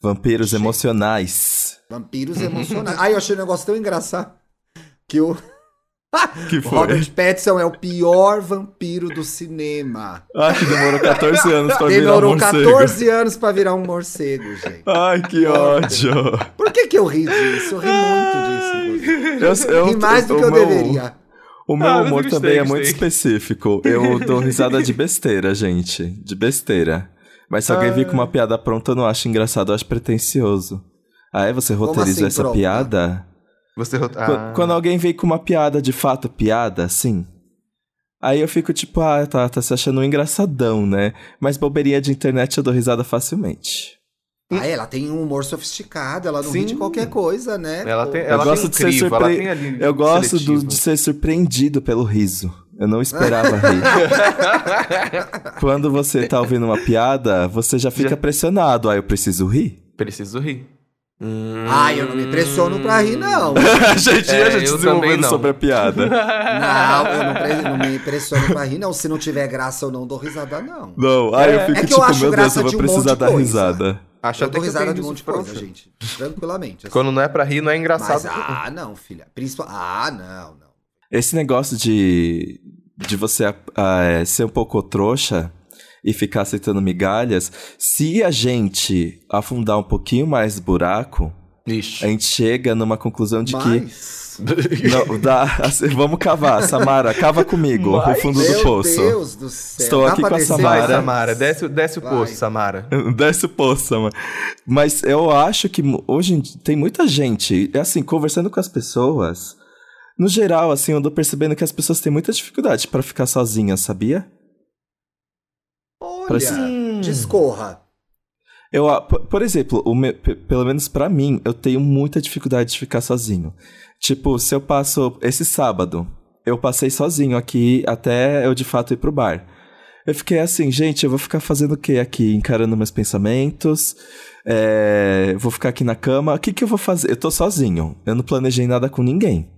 [SPEAKER 1] Vampiros
[SPEAKER 3] Gente.
[SPEAKER 1] emocionais.
[SPEAKER 3] Vampiros emocionais. Ai, eu achei um negócio tão engraçado que o
[SPEAKER 1] Que
[SPEAKER 3] Robert Pattinson é o pior vampiro do cinema.
[SPEAKER 1] Ah, que demorou 14 anos pra virar um
[SPEAKER 3] Demorou
[SPEAKER 1] morcego.
[SPEAKER 3] 14 anos pra virar um morcego, gente.
[SPEAKER 1] Ai, que ódio.
[SPEAKER 3] Por que que eu ri disso? Eu ri muito disso. inclusive.
[SPEAKER 1] Eu,
[SPEAKER 3] Ri mais do
[SPEAKER 1] o
[SPEAKER 3] que eu
[SPEAKER 1] meu-
[SPEAKER 3] deveria.
[SPEAKER 1] O meu
[SPEAKER 2] Ah, mas eu
[SPEAKER 1] humor
[SPEAKER 2] gostei,
[SPEAKER 1] também é
[SPEAKER 2] gostei.
[SPEAKER 1] muito específico. Eu dou risada de besteira, gente. De besteira. Mas se alguém vir com
[SPEAKER 3] Ah.
[SPEAKER 1] uma piada pronta, eu não acho engraçado, eu acho pretencioso. Ah, é? Você
[SPEAKER 3] Como
[SPEAKER 1] roteirizou
[SPEAKER 3] assim,
[SPEAKER 1] essa
[SPEAKER 3] pronta?
[SPEAKER 1] piada?
[SPEAKER 2] Você
[SPEAKER 1] Qu-
[SPEAKER 2] ah,
[SPEAKER 1] Quando alguém vem com uma piada, de fato, piada, assim. Aí eu fico tipo, ah, tá, tá se achando um engraçadão, né? Mas bobeirinha de internet eu dou risada facilmente.
[SPEAKER 3] Ah, ela tem um humor sofisticado, ela não ri
[SPEAKER 2] Sim.
[SPEAKER 3] de qualquer coisa, né?
[SPEAKER 2] ela
[SPEAKER 3] Pô.
[SPEAKER 2] tem, ela
[SPEAKER 1] gosto
[SPEAKER 2] tem um
[SPEAKER 1] de ser
[SPEAKER 2] crivo, ela
[SPEAKER 1] surpre-
[SPEAKER 2] tem ali
[SPEAKER 1] Eu gosto do-
[SPEAKER 2] seletivo.
[SPEAKER 1] de ser surpreendido pelo riso. Eu não esperava rir. Quando você tá ouvindo uma piada, você já fica
[SPEAKER 2] Já.
[SPEAKER 1] pressionado. Ah, eu preciso rir?
[SPEAKER 2] preciso rir. Hum.
[SPEAKER 3] Ai, eu não me pressiono pra rir, não.
[SPEAKER 1] gente,
[SPEAKER 2] É,
[SPEAKER 1] a gente
[SPEAKER 2] eu também
[SPEAKER 1] desenvolvendo
[SPEAKER 2] não.
[SPEAKER 1] sobre a piada.
[SPEAKER 3] Não, eu não, pre- não me impressiono pra rir, não. Se não tiver graça, eu não dou risada, não.
[SPEAKER 1] Não, aí eu
[SPEAKER 2] É
[SPEAKER 1] fico
[SPEAKER 3] que eu
[SPEAKER 1] tipo,
[SPEAKER 3] acho
[SPEAKER 1] meu Deus,
[SPEAKER 3] graça
[SPEAKER 1] eu vou
[SPEAKER 3] de um
[SPEAKER 1] precisar
[SPEAKER 3] monte de
[SPEAKER 1] dar
[SPEAKER 3] coisa.
[SPEAKER 1] risada.
[SPEAKER 2] Acho
[SPEAKER 3] Eu
[SPEAKER 2] até
[SPEAKER 3] dou
[SPEAKER 2] que eu
[SPEAKER 3] risada
[SPEAKER 2] tenho
[SPEAKER 3] de um
[SPEAKER 2] isso
[SPEAKER 3] monte de coisa,
[SPEAKER 2] pronto.
[SPEAKER 3] gente. Tranquilamente. assim.
[SPEAKER 2] Quando não é pra rir, não é engraçado.
[SPEAKER 3] Mas, ah, não, filha. Principal... Ah, não, não.
[SPEAKER 1] Esse negócio de, de você ah, é, ser um pouco trouxa e ficar aceitando migalhas, se a gente afundar um pouquinho mais o buraco, a
[SPEAKER 2] Ixi.
[SPEAKER 1] gente chega numa conclusão de que
[SPEAKER 3] Mas...
[SPEAKER 1] Não, dá, assim, vamos cavar, Samara, cava comigo, o
[SPEAKER 2] Mas-
[SPEAKER 1] fundo do
[SPEAKER 3] Meu
[SPEAKER 1] poço.
[SPEAKER 3] Deus do céu.
[SPEAKER 1] Estou
[SPEAKER 3] Dá
[SPEAKER 1] aqui
[SPEAKER 3] pra
[SPEAKER 1] com a
[SPEAKER 3] descer
[SPEAKER 2] Vai,
[SPEAKER 1] Samara.
[SPEAKER 2] Samara, desce, o- desce o
[SPEAKER 3] Vai.
[SPEAKER 2] poço, Samara.
[SPEAKER 1] Desce o poço, Samara. Mas eu acho que mu- hoje em di- tem muita gente, é assim, conversando com as pessoas, no geral, assim, eu ando percebendo que as pessoas têm muita dificuldade pra ficar sozinhas, sabia?
[SPEAKER 3] Olha,
[SPEAKER 1] Parece-
[SPEAKER 3] discorra.
[SPEAKER 1] Eu, a- po- por exemplo, o meu- pe- pelo menos pra mim, eu tenho muita dificuldade de ficar sozinho. Tipo, se eu passo esse sábado, eu passei sozinho aqui até eu de fato ir pro bar. Eu fiquei assim, gente, eu vou ficar fazendo o quê aqui? Encarando meus pensamentos, é, vou ficar aqui na cama. O que que eu vou fazer? Eu tô sozinho, eu não planejei nada com ninguém.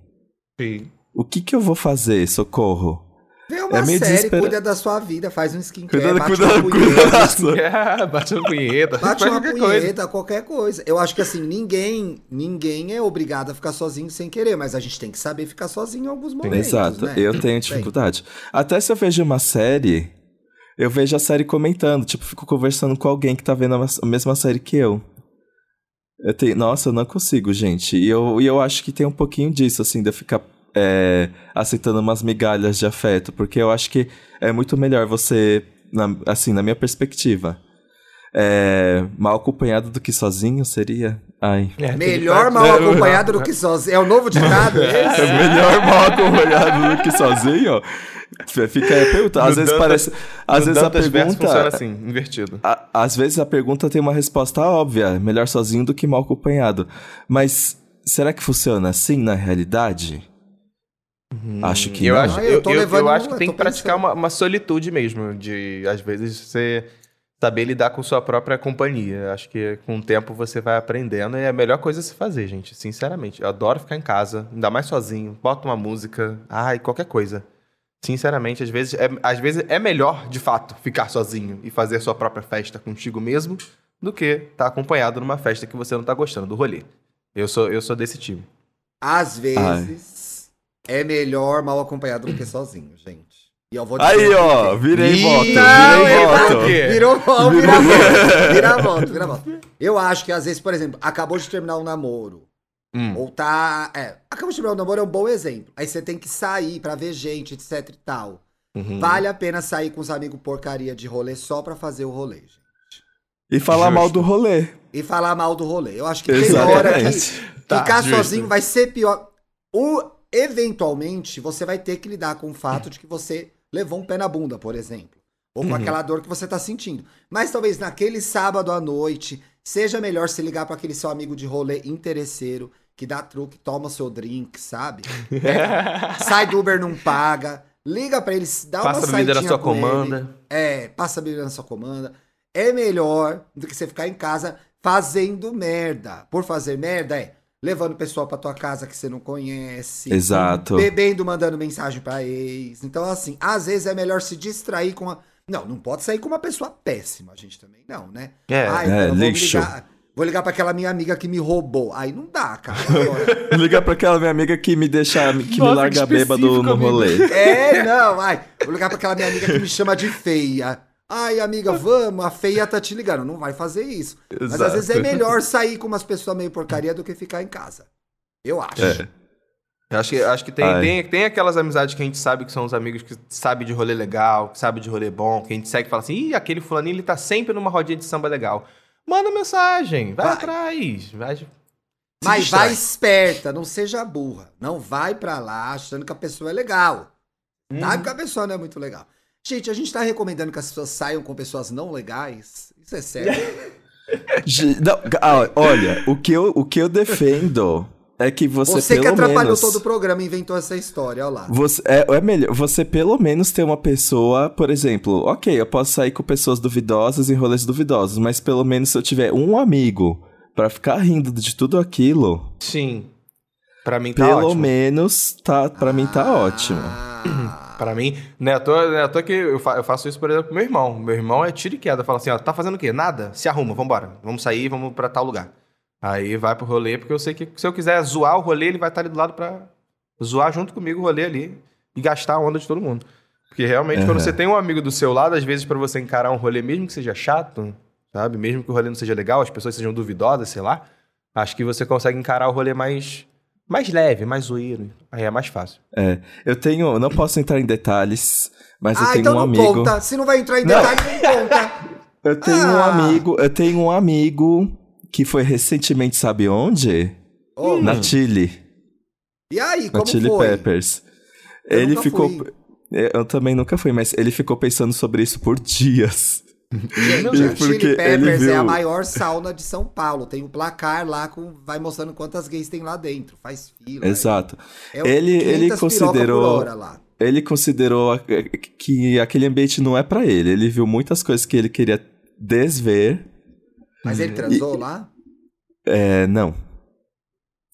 [SPEAKER 2] Sim.
[SPEAKER 1] O que que eu vou fazer, socorro?
[SPEAKER 3] Vê uma
[SPEAKER 1] É meio
[SPEAKER 3] série,
[SPEAKER 1] desespera-
[SPEAKER 3] cuida da sua vida, faz um skincare,
[SPEAKER 1] Cuidado,
[SPEAKER 3] bate
[SPEAKER 1] cuidado,
[SPEAKER 3] uma punheta,
[SPEAKER 1] cuidado.
[SPEAKER 2] É, bate uma punheta.
[SPEAKER 3] bate
[SPEAKER 2] faz
[SPEAKER 3] uma
[SPEAKER 2] qualquer
[SPEAKER 3] punheta, qualquer coisa. Eu acho que assim, ninguém, ninguém é obrigado a ficar sozinho sem querer, mas a gente tem que saber ficar sozinho em alguns momentos,
[SPEAKER 1] Exato,
[SPEAKER 3] né?
[SPEAKER 1] eu tenho
[SPEAKER 3] Tem.
[SPEAKER 1] dificuldade. Até se eu vejo uma série, eu vejo a série comentando, tipo, fico conversando com alguém que tá vendo a mas- a mesma série que eu. Eu tenho, nossa, eu não consigo, gente. E eu, e eu acho que tem um pouquinho disso, assim, de eu ficar é, aceitando umas migalhas de afeto, porque eu acho que é muito melhor você, na- assim, na minha perspectiva, é, mal acompanhado do que sozinho seria. Ai.
[SPEAKER 2] coisa. É, tem
[SPEAKER 3] Melhor
[SPEAKER 2] que-
[SPEAKER 3] mal acompanhado do que sozinho. É o novo ditado esse?
[SPEAKER 1] né? É melhor mal acompanhado do que sozinho. Fica aí a pergunta. Às
[SPEAKER 2] No
[SPEAKER 1] vezes
[SPEAKER 2] Dantas-
[SPEAKER 1] parece. Às
[SPEAKER 2] No
[SPEAKER 1] vezes a
[SPEAKER 2] Dantas Verso
[SPEAKER 1] pergunta.
[SPEAKER 2] funciona assim, invertido.
[SPEAKER 1] a- às vezes a pergunta tem uma resposta óbvia. Melhor sozinho do que mal acompanhado. Mas será que funciona assim na realidade? Acho que
[SPEAKER 2] Uhum. eu
[SPEAKER 1] não.
[SPEAKER 2] acho,
[SPEAKER 3] Ah, eu
[SPEAKER 2] eu,
[SPEAKER 3] tô
[SPEAKER 2] eu- eu
[SPEAKER 3] levando
[SPEAKER 2] acho
[SPEAKER 3] uma,
[SPEAKER 2] que tem
[SPEAKER 3] tô
[SPEAKER 2] que praticar uma, uma solitude mesmo, de às vezes você saber lidar com sua própria companhia. Acho que com o tempo você vai aprendendo e é a melhor coisa a se fazer, gente. Sinceramente, eu adoro ficar em casa, ainda mais sozinho. Bota uma música, ai, qualquer coisa. Sinceramente, às vezes, é, às vezes é melhor, de fato, ficar sozinho e fazer sua própria festa contigo mesmo do que estar tá acompanhado numa festa que você não tá gostando do rolê. Eu sou, eu sou desse time.
[SPEAKER 3] Às vezes é melhor mal acompanhado do que sozinho, gente. E eu vou
[SPEAKER 1] Aí,
[SPEAKER 3] dizer
[SPEAKER 1] ó,
[SPEAKER 3] por quê.
[SPEAKER 1] virei
[SPEAKER 2] Ih,
[SPEAKER 1] voto,
[SPEAKER 2] não,
[SPEAKER 1] virei
[SPEAKER 2] ele
[SPEAKER 1] voto.
[SPEAKER 2] vai-
[SPEAKER 3] Virou mal, vira voto, vira voto, vira voto. Eu acho que às vezes, por exemplo, acabou de terminar um namoro.
[SPEAKER 2] Hum.
[SPEAKER 3] Ou tá. É, acabou de terminar um namoro é um bom exemplo. Aí você tem que sair pra ver gente, etc e tal.
[SPEAKER 2] Uhum.
[SPEAKER 3] Vale a pena sair com os amigos porcaria de rolê só pra fazer o rolê, gente.
[SPEAKER 1] E falar
[SPEAKER 2] Justo.
[SPEAKER 1] mal do rolê.
[SPEAKER 3] E falar mal do rolê. Eu acho que tem hora que
[SPEAKER 1] Exatamente.
[SPEAKER 2] Tá,
[SPEAKER 3] ficar
[SPEAKER 2] justo.
[SPEAKER 3] sozinho vai ser pior. O, eventualmente, você vai ter que lidar com o fato de que você levou um pé na bunda, por exemplo. Ou com
[SPEAKER 2] Uhum.
[SPEAKER 3] aquela dor que você tá sentindo. Mas talvez naquele sábado à noite, seja melhor se ligar para aquele seu amigo de rolê interesseiro, que dá truque, toma seu drink, sabe? Sai do Uber, não paga. Liga pra ele, dá uma
[SPEAKER 2] Passa a
[SPEAKER 3] saidinha
[SPEAKER 2] bebida na sua
[SPEAKER 3] com ele.
[SPEAKER 2] comanda.
[SPEAKER 3] É, passa a bebida na sua comanda. É melhor do que você ficar em casa fazendo merda. Por fazer merda é levando o pessoal pra tua casa que você não conhece.
[SPEAKER 1] Exato.
[SPEAKER 3] Bebendo, mandando mensagem pra ex. Então, assim, às vezes é melhor se distrair com uma. Não, não pode sair com uma pessoa péssima, a gente também não, né?
[SPEAKER 2] É,
[SPEAKER 1] é,
[SPEAKER 3] eu vou
[SPEAKER 1] lixo.
[SPEAKER 3] ligar- Vou ligar pra aquela minha amiga que me roubou. Aí não dá, cara. Agora,
[SPEAKER 1] Liga pra aquela minha amiga que me deixa, que me
[SPEAKER 2] Nossa,
[SPEAKER 1] larga
[SPEAKER 2] que específico,
[SPEAKER 1] bêbado no
[SPEAKER 2] amigo.
[SPEAKER 1] rolê.
[SPEAKER 3] É, não, ai. Vou ligar pra aquela minha amiga que me chama de feia. Ai, amiga, vamos, a feia tá te ligando. Não vai fazer isso. Mas às
[SPEAKER 2] Exato.
[SPEAKER 3] vezes é melhor sair com umas pessoas meio porcaria do que ficar em casa. Eu acho.
[SPEAKER 1] É.
[SPEAKER 2] Eu Acho que, acho que tem,
[SPEAKER 1] Ai.
[SPEAKER 2] tem, tem aquelas amizades que a gente sabe que são os amigos que sabe de rolê legal, que sabe de rolê bom, que a gente segue e fala assim, ih, aquele fulaninho, ele tá sempre numa rodinha de samba legal. Manda mensagem, vai,
[SPEAKER 3] Vai.
[SPEAKER 2] atrás. Vai, se
[SPEAKER 3] Mas
[SPEAKER 2] distrai.
[SPEAKER 3] vai esperta, não seja burra. Não vai pra lá achando que a pessoa é legal.
[SPEAKER 1] Hum.
[SPEAKER 2] Uhum.
[SPEAKER 3] Sabe que a pessoa não é muito legal. Gente, a gente tá recomendando que as pessoas saiam com pessoas não legais. Isso é sério.
[SPEAKER 1] Gi- não, ah, olha, o que, eu, o que eu defendo é que você,
[SPEAKER 3] Você, que
[SPEAKER 1] pelo
[SPEAKER 3] atrapalhou
[SPEAKER 1] menos...
[SPEAKER 3] todo o programa e inventou essa história, olha lá.
[SPEAKER 1] Você, é, é melhor, você pelo menos ter uma pessoa, por exemplo, ok, eu posso sair com pessoas duvidosas em rolês duvidosos, mas pelo menos se eu tiver um amigo pra ficar rindo de tudo aquilo,
[SPEAKER 2] Sim. Pra mim tá
[SPEAKER 1] pelo
[SPEAKER 2] ótimo.
[SPEAKER 1] menos tá, para mim tá ótimo.
[SPEAKER 3] Ah.
[SPEAKER 2] Pra mim, né, à toa, né, à toa que eu, fa- eu faço isso, por exemplo, com meu irmão. Meu irmão é tiro e queda. Fala assim, ó, tá fazendo o quê? Nada? Se arruma, vambora. Vamos sair, vamos pra tal lugar. Aí vai pro rolê, porque eu sei que se eu quiser zoar o rolê, ele vai estar ali do lado pra zoar junto comigo o rolê ali e gastar a onda de todo mundo. Porque realmente, quando
[SPEAKER 1] Aham.
[SPEAKER 2] você tem um amigo do seu lado, às vezes pra você encarar um rolê, mesmo que seja chato, sabe? Mesmo que o rolê não seja legal, as pessoas sejam duvidosas, sei lá, acho que você consegue encarar o rolê mais, mais leve, mais zoeiro. Aí é mais fácil.
[SPEAKER 1] Eu tenho, não posso entrar em detalhes, mas eu
[SPEAKER 3] Ah,
[SPEAKER 1] tenho
[SPEAKER 3] então
[SPEAKER 1] um
[SPEAKER 3] não
[SPEAKER 1] amigo.
[SPEAKER 3] conta. Se não vai entrar em
[SPEAKER 1] Não.
[SPEAKER 3] detalhe, não conta.
[SPEAKER 1] Eu tenho um
[SPEAKER 3] Ah.
[SPEAKER 1] amigo, eu tenho um amigo que foi recentemente, sabe onde?
[SPEAKER 3] Ô,
[SPEAKER 1] Na Chile.
[SPEAKER 3] E aí,
[SPEAKER 1] Na
[SPEAKER 3] como
[SPEAKER 1] Chili
[SPEAKER 3] foi?
[SPEAKER 1] Peppers.
[SPEAKER 3] Eu
[SPEAKER 1] ele
[SPEAKER 3] nunca
[SPEAKER 1] ficou.
[SPEAKER 3] fui.
[SPEAKER 1] É, Eu também nunca fui, mas ele ficou pensando sobre isso por dias.
[SPEAKER 3] Gente, a
[SPEAKER 1] Porque
[SPEAKER 3] Chili
[SPEAKER 1] ele
[SPEAKER 3] Peppers é a
[SPEAKER 1] viu-
[SPEAKER 3] maior sauna de São Paulo. Tem um placar lá com vai mostrando quantas gays tem lá dentro. Faz fila.
[SPEAKER 1] Exato.
[SPEAKER 3] É um
[SPEAKER 1] Ele- ele
[SPEAKER 3] 500 piroca
[SPEAKER 1] considerou-
[SPEAKER 3] por hora lá.
[SPEAKER 1] Ele considerou a- é, que aquele ambiente não é pra ele. Ele viu muitas coisas que ele queria desver.
[SPEAKER 3] Mas
[SPEAKER 1] Uhum.
[SPEAKER 3] ele transou lá?
[SPEAKER 1] É, não.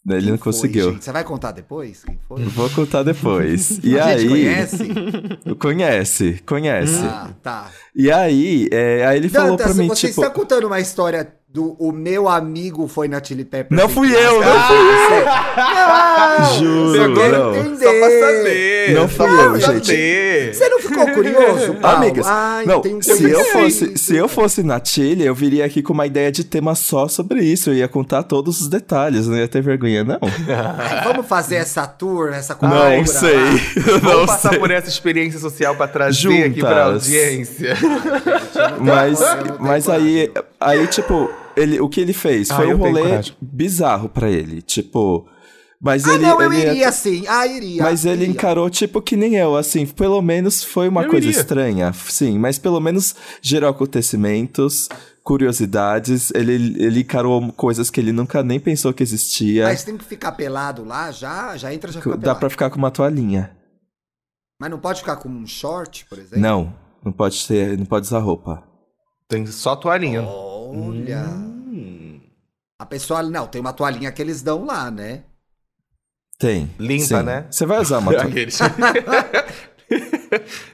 [SPEAKER 1] Ele
[SPEAKER 3] Quem
[SPEAKER 1] não
[SPEAKER 3] foi,
[SPEAKER 1] conseguiu.
[SPEAKER 3] gente? Você vai contar depois? Quem foi?
[SPEAKER 1] Vou contar depois. E
[SPEAKER 3] a
[SPEAKER 1] aí.
[SPEAKER 3] gente conhece?
[SPEAKER 1] Conhece, conhece.
[SPEAKER 3] Ah, tá.
[SPEAKER 1] E aí, é, aí ele falou pra
[SPEAKER 3] Dantas,
[SPEAKER 1] mim,
[SPEAKER 3] você
[SPEAKER 1] tipo.
[SPEAKER 3] está contando uma história do o meu amigo foi na Chili Peppers.
[SPEAKER 1] Não
[SPEAKER 3] em
[SPEAKER 1] fui
[SPEAKER 3] casa.
[SPEAKER 1] eu, não
[SPEAKER 3] Ah, você- Não,
[SPEAKER 1] Juro,
[SPEAKER 3] eu só quero
[SPEAKER 1] não.
[SPEAKER 3] entender.
[SPEAKER 2] Só pra saber.
[SPEAKER 1] Não fui
[SPEAKER 2] Só
[SPEAKER 1] eu,
[SPEAKER 2] pra
[SPEAKER 1] gente.
[SPEAKER 2] saber.
[SPEAKER 3] Você não ficou curioso, Paulo?
[SPEAKER 1] Amigas,
[SPEAKER 3] Ai,
[SPEAKER 1] não,
[SPEAKER 3] tem um
[SPEAKER 1] se eu,
[SPEAKER 3] conhecido.
[SPEAKER 1] fosse, se eu fosse na Chile, eu viria aqui com uma ideia de tema só sobre isso. Eu ia contar todos os detalhes, não ia ter vergonha, não.
[SPEAKER 3] Ai, vamos fazer essa tour, essa né?
[SPEAKER 1] não
[SPEAKER 3] cobertura
[SPEAKER 1] sei.
[SPEAKER 3] lá?
[SPEAKER 1] não
[SPEAKER 2] Vamos passar
[SPEAKER 1] sei.
[SPEAKER 2] por essa experiência social pra trazer aqui
[SPEAKER 1] Juntas.
[SPEAKER 2] pra audiência.
[SPEAKER 1] Mas,
[SPEAKER 3] Eu não tenho
[SPEAKER 1] mas
[SPEAKER 3] coragem.
[SPEAKER 1] aí, aí, tipo, ele, o que ele fez?
[SPEAKER 2] Ah,
[SPEAKER 1] Foi
[SPEAKER 2] eu
[SPEAKER 1] um
[SPEAKER 2] tenho
[SPEAKER 1] rolê
[SPEAKER 2] coragem.
[SPEAKER 1] bizarro pra ele. Tipo. Mas
[SPEAKER 3] Ah,
[SPEAKER 1] ele.
[SPEAKER 3] não, eu
[SPEAKER 1] ele
[SPEAKER 3] iria sim. Ah, iria.
[SPEAKER 1] Mas ele
[SPEAKER 3] iria.
[SPEAKER 1] encarou tipo que nem eu, assim, pelo menos foi uma
[SPEAKER 2] Eu
[SPEAKER 1] coisa
[SPEAKER 2] iria.
[SPEAKER 1] estranha, f- sim, mas pelo menos gerou acontecimentos, curiosidades, ele, ele encarou coisas que ele nunca nem pensou que existia.
[SPEAKER 3] Mas tem que ficar pelado lá, já, já entra, já fica
[SPEAKER 1] Dá
[SPEAKER 3] pelado.
[SPEAKER 1] pra ficar com uma toalhinha.
[SPEAKER 3] Mas não pode ficar com um short, por exemplo?
[SPEAKER 1] Não, não pode ter, não pode usar roupa.
[SPEAKER 2] Tem só toalhinha.
[SPEAKER 3] Olha.
[SPEAKER 2] Hum.
[SPEAKER 3] A pessoa, não, tem uma toalhinha que eles dão lá, né?
[SPEAKER 1] Tem.
[SPEAKER 2] Limpa,
[SPEAKER 1] sim.
[SPEAKER 2] né?
[SPEAKER 1] Você vai usar uma toalha.
[SPEAKER 2] Aqueles.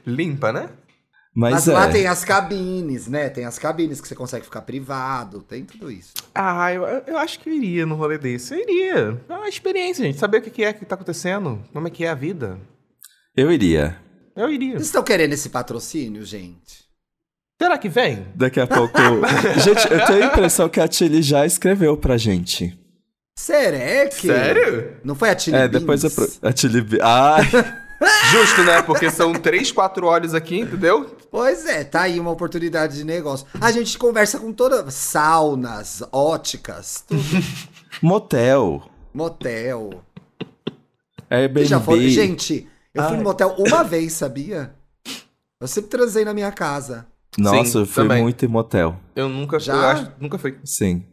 [SPEAKER 2] Limpa, né?
[SPEAKER 1] Mas,
[SPEAKER 3] Mas
[SPEAKER 1] é.
[SPEAKER 3] lá tem as cabines, né? Tem as cabines que você consegue ficar privado, tem tudo isso.
[SPEAKER 2] Ah, eu, eu acho que eu iria num rolê desse. Eu iria. É uma experiência, gente. Saber o que que é que tá acontecendo, como é que é a vida.
[SPEAKER 1] Eu iria.
[SPEAKER 2] Eu iria.
[SPEAKER 3] Vocês estão querendo esse patrocínio, gente?
[SPEAKER 2] Será que vem?
[SPEAKER 1] Daqui a pouco. gente, eu tenho a impressão que a Tilly já escreveu pra gente.
[SPEAKER 3] Será que?
[SPEAKER 2] Sério?
[SPEAKER 3] É Não foi a Tilly
[SPEAKER 1] É, depois eu.
[SPEAKER 3] Beans?
[SPEAKER 1] Pro... A Tilly. Be- Ai,
[SPEAKER 2] Justo, né? Porque são três, quatro olhos aqui, entendeu?
[SPEAKER 3] Pois é, tá aí uma oportunidade de negócio. A gente conversa com todas. Saunas, óticas, tudo.
[SPEAKER 1] motel.
[SPEAKER 3] motel.
[SPEAKER 1] Airbnb.
[SPEAKER 3] Vocês já foram? Gente, eu fui
[SPEAKER 1] Ai.
[SPEAKER 3] no motel uma vez, sabia? Eu sempre transei na minha casa.
[SPEAKER 1] Nossa,
[SPEAKER 2] Sim,
[SPEAKER 1] eu fui
[SPEAKER 2] também.
[SPEAKER 1] muito em motel.
[SPEAKER 2] Eu nunca
[SPEAKER 3] Já?
[SPEAKER 2] Eu acho, nunca fui.
[SPEAKER 1] Sim.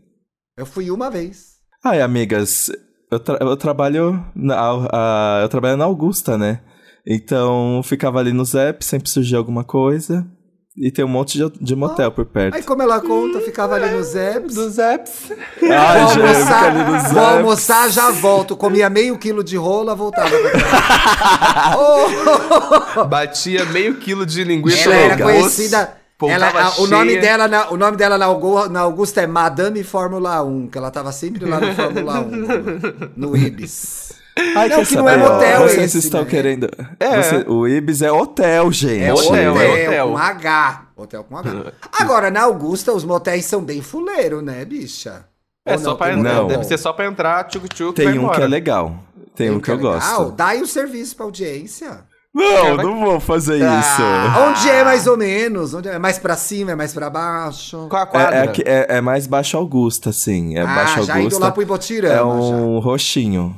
[SPEAKER 3] Eu fui uma vez.
[SPEAKER 1] Ai, amigas, eu, tra- eu trabalho na, a- eu trabalho na Augusta, né? Então, ficava ali nos apps, sempre surgia alguma coisa. E tem um monte de, de motel por perto.
[SPEAKER 3] Aí, como ela conta, ficava ali nos apps.
[SPEAKER 2] Dos apps.
[SPEAKER 1] Ai,
[SPEAKER 3] Vou
[SPEAKER 1] gente, eu fico ali nos
[SPEAKER 3] almoçar, vou
[SPEAKER 1] apps.
[SPEAKER 3] almoçar, já volto. Comia meio quilo de rola, voltava. pra casa. oh,
[SPEAKER 2] Batia meio quilo de linguiça
[SPEAKER 3] ela
[SPEAKER 2] no
[SPEAKER 3] era
[SPEAKER 2] almoço,
[SPEAKER 3] conhecida.
[SPEAKER 2] voltava
[SPEAKER 3] ela- a- o,
[SPEAKER 2] cheia.
[SPEAKER 3] nome dela na, o nome dela na Augu- na Augusta é Madame Fórmula 1, que ela tava sempre lá no Fórmula 1, no Ibis.
[SPEAKER 1] Ai,
[SPEAKER 3] Não,
[SPEAKER 1] quer
[SPEAKER 3] que não é
[SPEAKER 1] saber?
[SPEAKER 3] motel
[SPEAKER 1] Vocês
[SPEAKER 3] esse,
[SPEAKER 1] estão
[SPEAKER 3] né?
[SPEAKER 1] querendo...
[SPEAKER 2] É.
[SPEAKER 1] Você- o Ibis é hotel, gente.
[SPEAKER 3] É
[SPEAKER 2] Hotel,
[SPEAKER 3] hotel,
[SPEAKER 2] é hotel.
[SPEAKER 3] com H. Hotel com H. Agora, na Augusta, os motéis são bem fuleiro, né, bicha?
[SPEAKER 2] É
[SPEAKER 3] Ou
[SPEAKER 2] só
[SPEAKER 3] não?
[SPEAKER 2] pra
[SPEAKER 3] Tem um
[SPEAKER 2] entrar.
[SPEAKER 1] Não.
[SPEAKER 3] motel
[SPEAKER 2] Deve
[SPEAKER 3] bom?
[SPEAKER 2] ser só pra entrar, tchuk-tchuk, vai
[SPEAKER 1] Tem um que
[SPEAKER 2] embora.
[SPEAKER 1] é legal. Tem, um que eu
[SPEAKER 3] é legal?
[SPEAKER 1] gosto.
[SPEAKER 3] Dá aí o serviço pra audiência.
[SPEAKER 1] Não,
[SPEAKER 3] é
[SPEAKER 2] vai-
[SPEAKER 1] não vou fazer isso.
[SPEAKER 2] Ah.
[SPEAKER 3] Onde é mais ou menos? Onde é? é mais pra cima? É mais pra baixo?
[SPEAKER 2] Qual a
[SPEAKER 1] É,
[SPEAKER 2] quadra?
[SPEAKER 1] é que- é- é mais Baixo Augusta, sim. É Baixo
[SPEAKER 3] Tá, Ah, já indo lá
[SPEAKER 1] Augusta.
[SPEAKER 3] pro Ibotirama.
[SPEAKER 1] É
[SPEAKER 3] já.
[SPEAKER 1] um roxinho.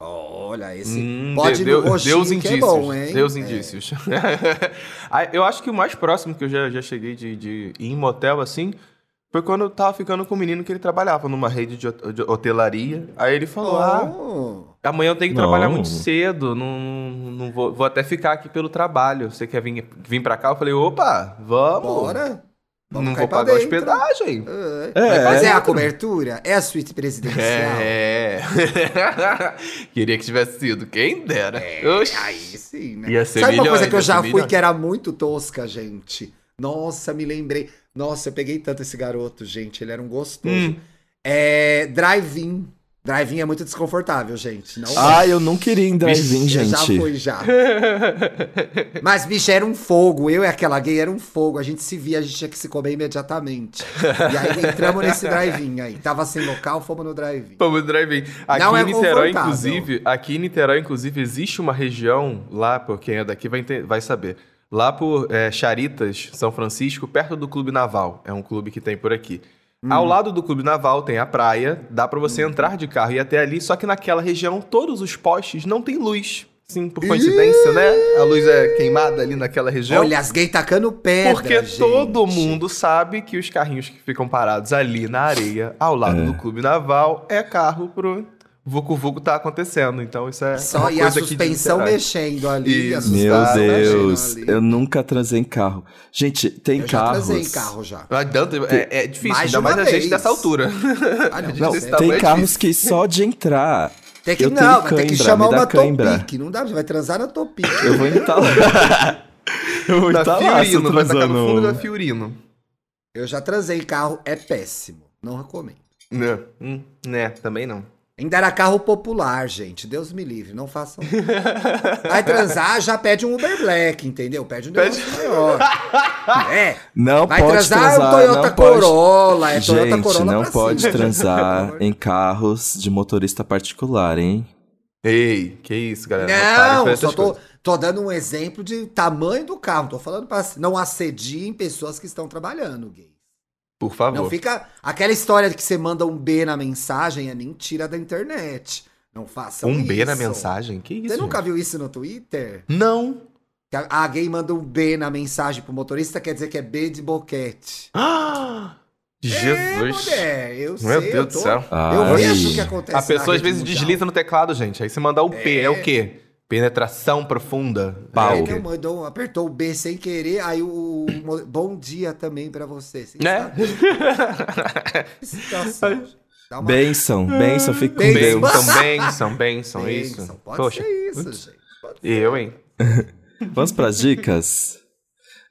[SPEAKER 3] Olha, esse
[SPEAKER 2] Hum,
[SPEAKER 3] pode
[SPEAKER 2] deu-
[SPEAKER 3] deu,
[SPEAKER 2] deu-
[SPEAKER 3] roxinho
[SPEAKER 2] Deus
[SPEAKER 3] que
[SPEAKER 2] indícios.
[SPEAKER 3] é bom, hein?
[SPEAKER 2] Deus
[SPEAKER 3] É.
[SPEAKER 2] indícios. Aí, eu acho que o mais próximo que eu já, já cheguei de, de ir em motel, assim, foi quando eu tava ficando com um menino que ele trabalhava numa rede de, hot- de hotelaria. Aí ele falou, ah,
[SPEAKER 3] Oh.
[SPEAKER 2] amanhã eu tenho que
[SPEAKER 1] Não.
[SPEAKER 2] trabalhar muito cedo, não, não- não vou, vou até ficar aqui pelo trabalho. Você quer vir, vir pra cá? Eu falei, opa, vamos.
[SPEAKER 3] Bora. Vamos
[SPEAKER 2] não
[SPEAKER 3] cair
[SPEAKER 2] vou
[SPEAKER 3] pra
[SPEAKER 2] pagar
[SPEAKER 3] dentro.
[SPEAKER 2] hospedagem.
[SPEAKER 3] É.
[SPEAKER 1] É,
[SPEAKER 3] Mas é
[SPEAKER 1] é,
[SPEAKER 3] a cobertura? É a suíte presidencial?
[SPEAKER 2] É. Queria que tivesse sido, quem dera. Oxi.
[SPEAKER 3] É, Aí sim, né?
[SPEAKER 2] Ia ser
[SPEAKER 3] Sabe uma
[SPEAKER 2] milhões,
[SPEAKER 3] coisa que eu
[SPEAKER 2] ia ser
[SPEAKER 3] já fui
[SPEAKER 2] milhões.
[SPEAKER 3] que era muito tosca, gente? Nossa, me lembrei. Nossa, eu peguei tanto esse garoto, gente. Ele era um gostoso.
[SPEAKER 2] Hum.
[SPEAKER 3] É. Drive-in. Drive-in é muito desconfortável, gente. Não é.
[SPEAKER 1] Ah, eu não queria em drive-in,
[SPEAKER 3] Eu Já
[SPEAKER 1] gente.
[SPEAKER 3] foi, já. Mas, bicho, era um fogo. Eu e aquela gay era um fogo. A gente se via, a gente tinha que se comer imediatamente. E aí entramos nesse drive-in aí. Tava sem local, fomos no drive-in.
[SPEAKER 2] Vamos drive-in. Aqui
[SPEAKER 3] Não
[SPEAKER 2] em
[SPEAKER 3] é
[SPEAKER 2] Niterói,
[SPEAKER 3] confortável.
[SPEAKER 2] inclusive, aqui em Niterói, inclusive, existe uma região lá, por quem é daqui vai, ente- vai saber. Lá por é, Charitas, São Francisco, perto do Clube Naval. É um clube que tem por aqui.
[SPEAKER 3] Hum.
[SPEAKER 2] Ao lado do Clube Naval tem a praia, dá pra você entrar de carro e ir até ali, só que naquela região todos os postes não tem luz. Sim, por coincidência, né? A luz é queimada ali naquela
[SPEAKER 1] é um
[SPEAKER 2] região.
[SPEAKER 3] Olha, as gays tacando pedra.
[SPEAKER 2] Porque
[SPEAKER 3] gente.
[SPEAKER 2] todo mundo sabe que os carrinhos que ficam parados ali na areia, ao lado
[SPEAKER 1] É.
[SPEAKER 2] do Clube Naval, é carro pro Vucu Vucu tá acontecendo. Então isso é
[SPEAKER 3] Só
[SPEAKER 2] uma
[SPEAKER 3] e a
[SPEAKER 2] coisa aqui de
[SPEAKER 3] suspensão
[SPEAKER 2] Niterói.
[SPEAKER 3] mexendo ali. a
[SPEAKER 2] Isso.
[SPEAKER 1] Meu
[SPEAKER 3] suspensão
[SPEAKER 1] Deus,
[SPEAKER 3] mexendo ali.
[SPEAKER 1] eu nunca transei em carro. Gente, tem
[SPEAKER 3] Eu já
[SPEAKER 1] carros.
[SPEAKER 3] transei em carro já.
[SPEAKER 2] Não adianta, é, é difícil,
[SPEAKER 3] Mais
[SPEAKER 2] ainda
[SPEAKER 3] de uma
[SPEAKER 2] mais a gente
[SPEAKER 3] vez.
[SPEAKER 2] dessa altura.
[SPEAKER 3] Ah, não,
[SPEAKER 1] Não,
[SPEAKER 3] isso é-
[SPEAKER 1] tem
[SPEAKER 2] é
[SPEAKER 1] carros que só de entrar
[SPEAKER 3] tem que,
[SPEAKER 1] eu tenho
[SPEAKER 3] não, mas tem que
[SPEAKER 1] cãibra,
[SPEAKER 3] chamar
[SPEAKER 1] me dá
[SPEAKER 3] uma
[SPEAKER 1] cãibra.
[SPEAKER 3] topique. Não dá, você vai transar na topique.
[SPEAKER 1] eu vou entalar. eu vou
[SPEAKER 2] Da
[SPEAKER 1] entalar se eu
[SPEAKER 2] Fiorino, vai
[SPEAKER 1] transar
[SPEAKER 2] tacar no fundo da
[SPEAKER 1] no...
[SPEAKER 2] Fiorino.
[SPEAKER 3] Eu já transei em carro, é péssimo. Não recomendo.
[SPEAKER 2] Né, Hum, né, também não.
[SPEAKER 3] Ainda era carro popular, gente. Deus me livre, não façam. isso. Vai transar, já pede um Uber Black, entendeu? Pede um negócio maior. É,
[SPEAKER 1] Não
[SPEAKER 3] vai
[SPEAKER 1] pode
[SPEAKER 3] transar, é um
[SPEAKER 1] transar,
[SPEAKER 3] Toyota
[SPEAKER 1] não pode...
[SPEAKER 3] Corolla, é Toyota
[SPEAKER 1] Gente,
[SPEAKER 3] Corolla
[SPEAKER 1] não
[SPEAKER 3] pra
[SPEAKER 1] pode
[SPEAKER 3] cima.
[SPEAKER 1] transar em carros de motorista particular, hein?
[SPEAKER 2] Ei, que isso, galera. parem com
[SPEAKER 3] Não,
[SPEAKER 2] essas
[SPEAKER 3] só tô,
[SPEAKER 2] coisas.
[SPEAKER 3] tô dando um exemplo de tamanho do carro. Tô falando pra não assediem pessoas que estão trabalhando, gay.
[SPEAKER 2] Por favor.
[SPEAKER 3] Não fica. Aquela história de que você manda um B na mensagem é mentira da internet. Não façam
[SPEAKER 2] um B na
[SPEAKER 3] isso.
[SPEAKER 2] mensagem? Que isso?
[SPEAKER 3] Você nunca
[SPEAKER 2] gente?
[SPEAKER 3] viu isso no Twitter?
[SPEAKER 2] Não.
[SPEAKER 3] Que A, a gay manda um B na mensagem pro motorista, quer dizer que é B de boquete.
[SPEAKER 2] Ah, Jesus.
[SPEAKER 3] É, mulher, eu sei.
[SPEAKER 2] Meu Deus
[SPEAKER 3] eu
[SPEAKER 2] do
[SPEAKER 3] tô-
[SPEAKER 2] céu.
[SPEAKER 3] Eu
[SPEAKER 1] Ai.
[SPEAKER 3] vejo o que é acontece.
[SPEAKER 2] A
[SPEAKER 3] na
[SPEAKER 2] pessoa
[SPEAKER 3] rede
[SPEAKER 2] às vezes
[SPEAKER 3] mundial.
[SPEAKER 2] desliza no teclado, gente. Aí você mandar o P, é, o quê? Penetração profunda.
[SPEAKER 1] Pau.
[SPEAKER 2] É
[SPEAKER 3] É,
[SPEAKER 2] o
[SPEAKER 1] ok.
[SPEAKER 3] não,
[SPEAKER 2] quê?
[SPEAKER 3] mandou, apertou o B sem querer, aí o, o mo- bom dia também pra você. Você
[SPEAKER 2] Né?
[SPEAKER 3] está- que situação, gente. Dá uma
[SPEAKER 1] Benção, benção, fica com
[SPEAKER 3] Ah,
[SPEAKER 1] Deus.
[SPEAKER 3] Benção.
[SPEAKER 2] Benção, benção, benção,
[SPEAKER 3] bênção,
[SPEAKER 2] isso.
[SPEAKER 3] Pode
[SPEAKER 2] Poxa.
[SPEAKER 3] ser isso,
[SPEAKER 2] putz.
[SPEAKER 3] gente. Pode ser.
[SPEAKER 2] Eu, hein?
[SPEAKER 1] Vamos pras dicas?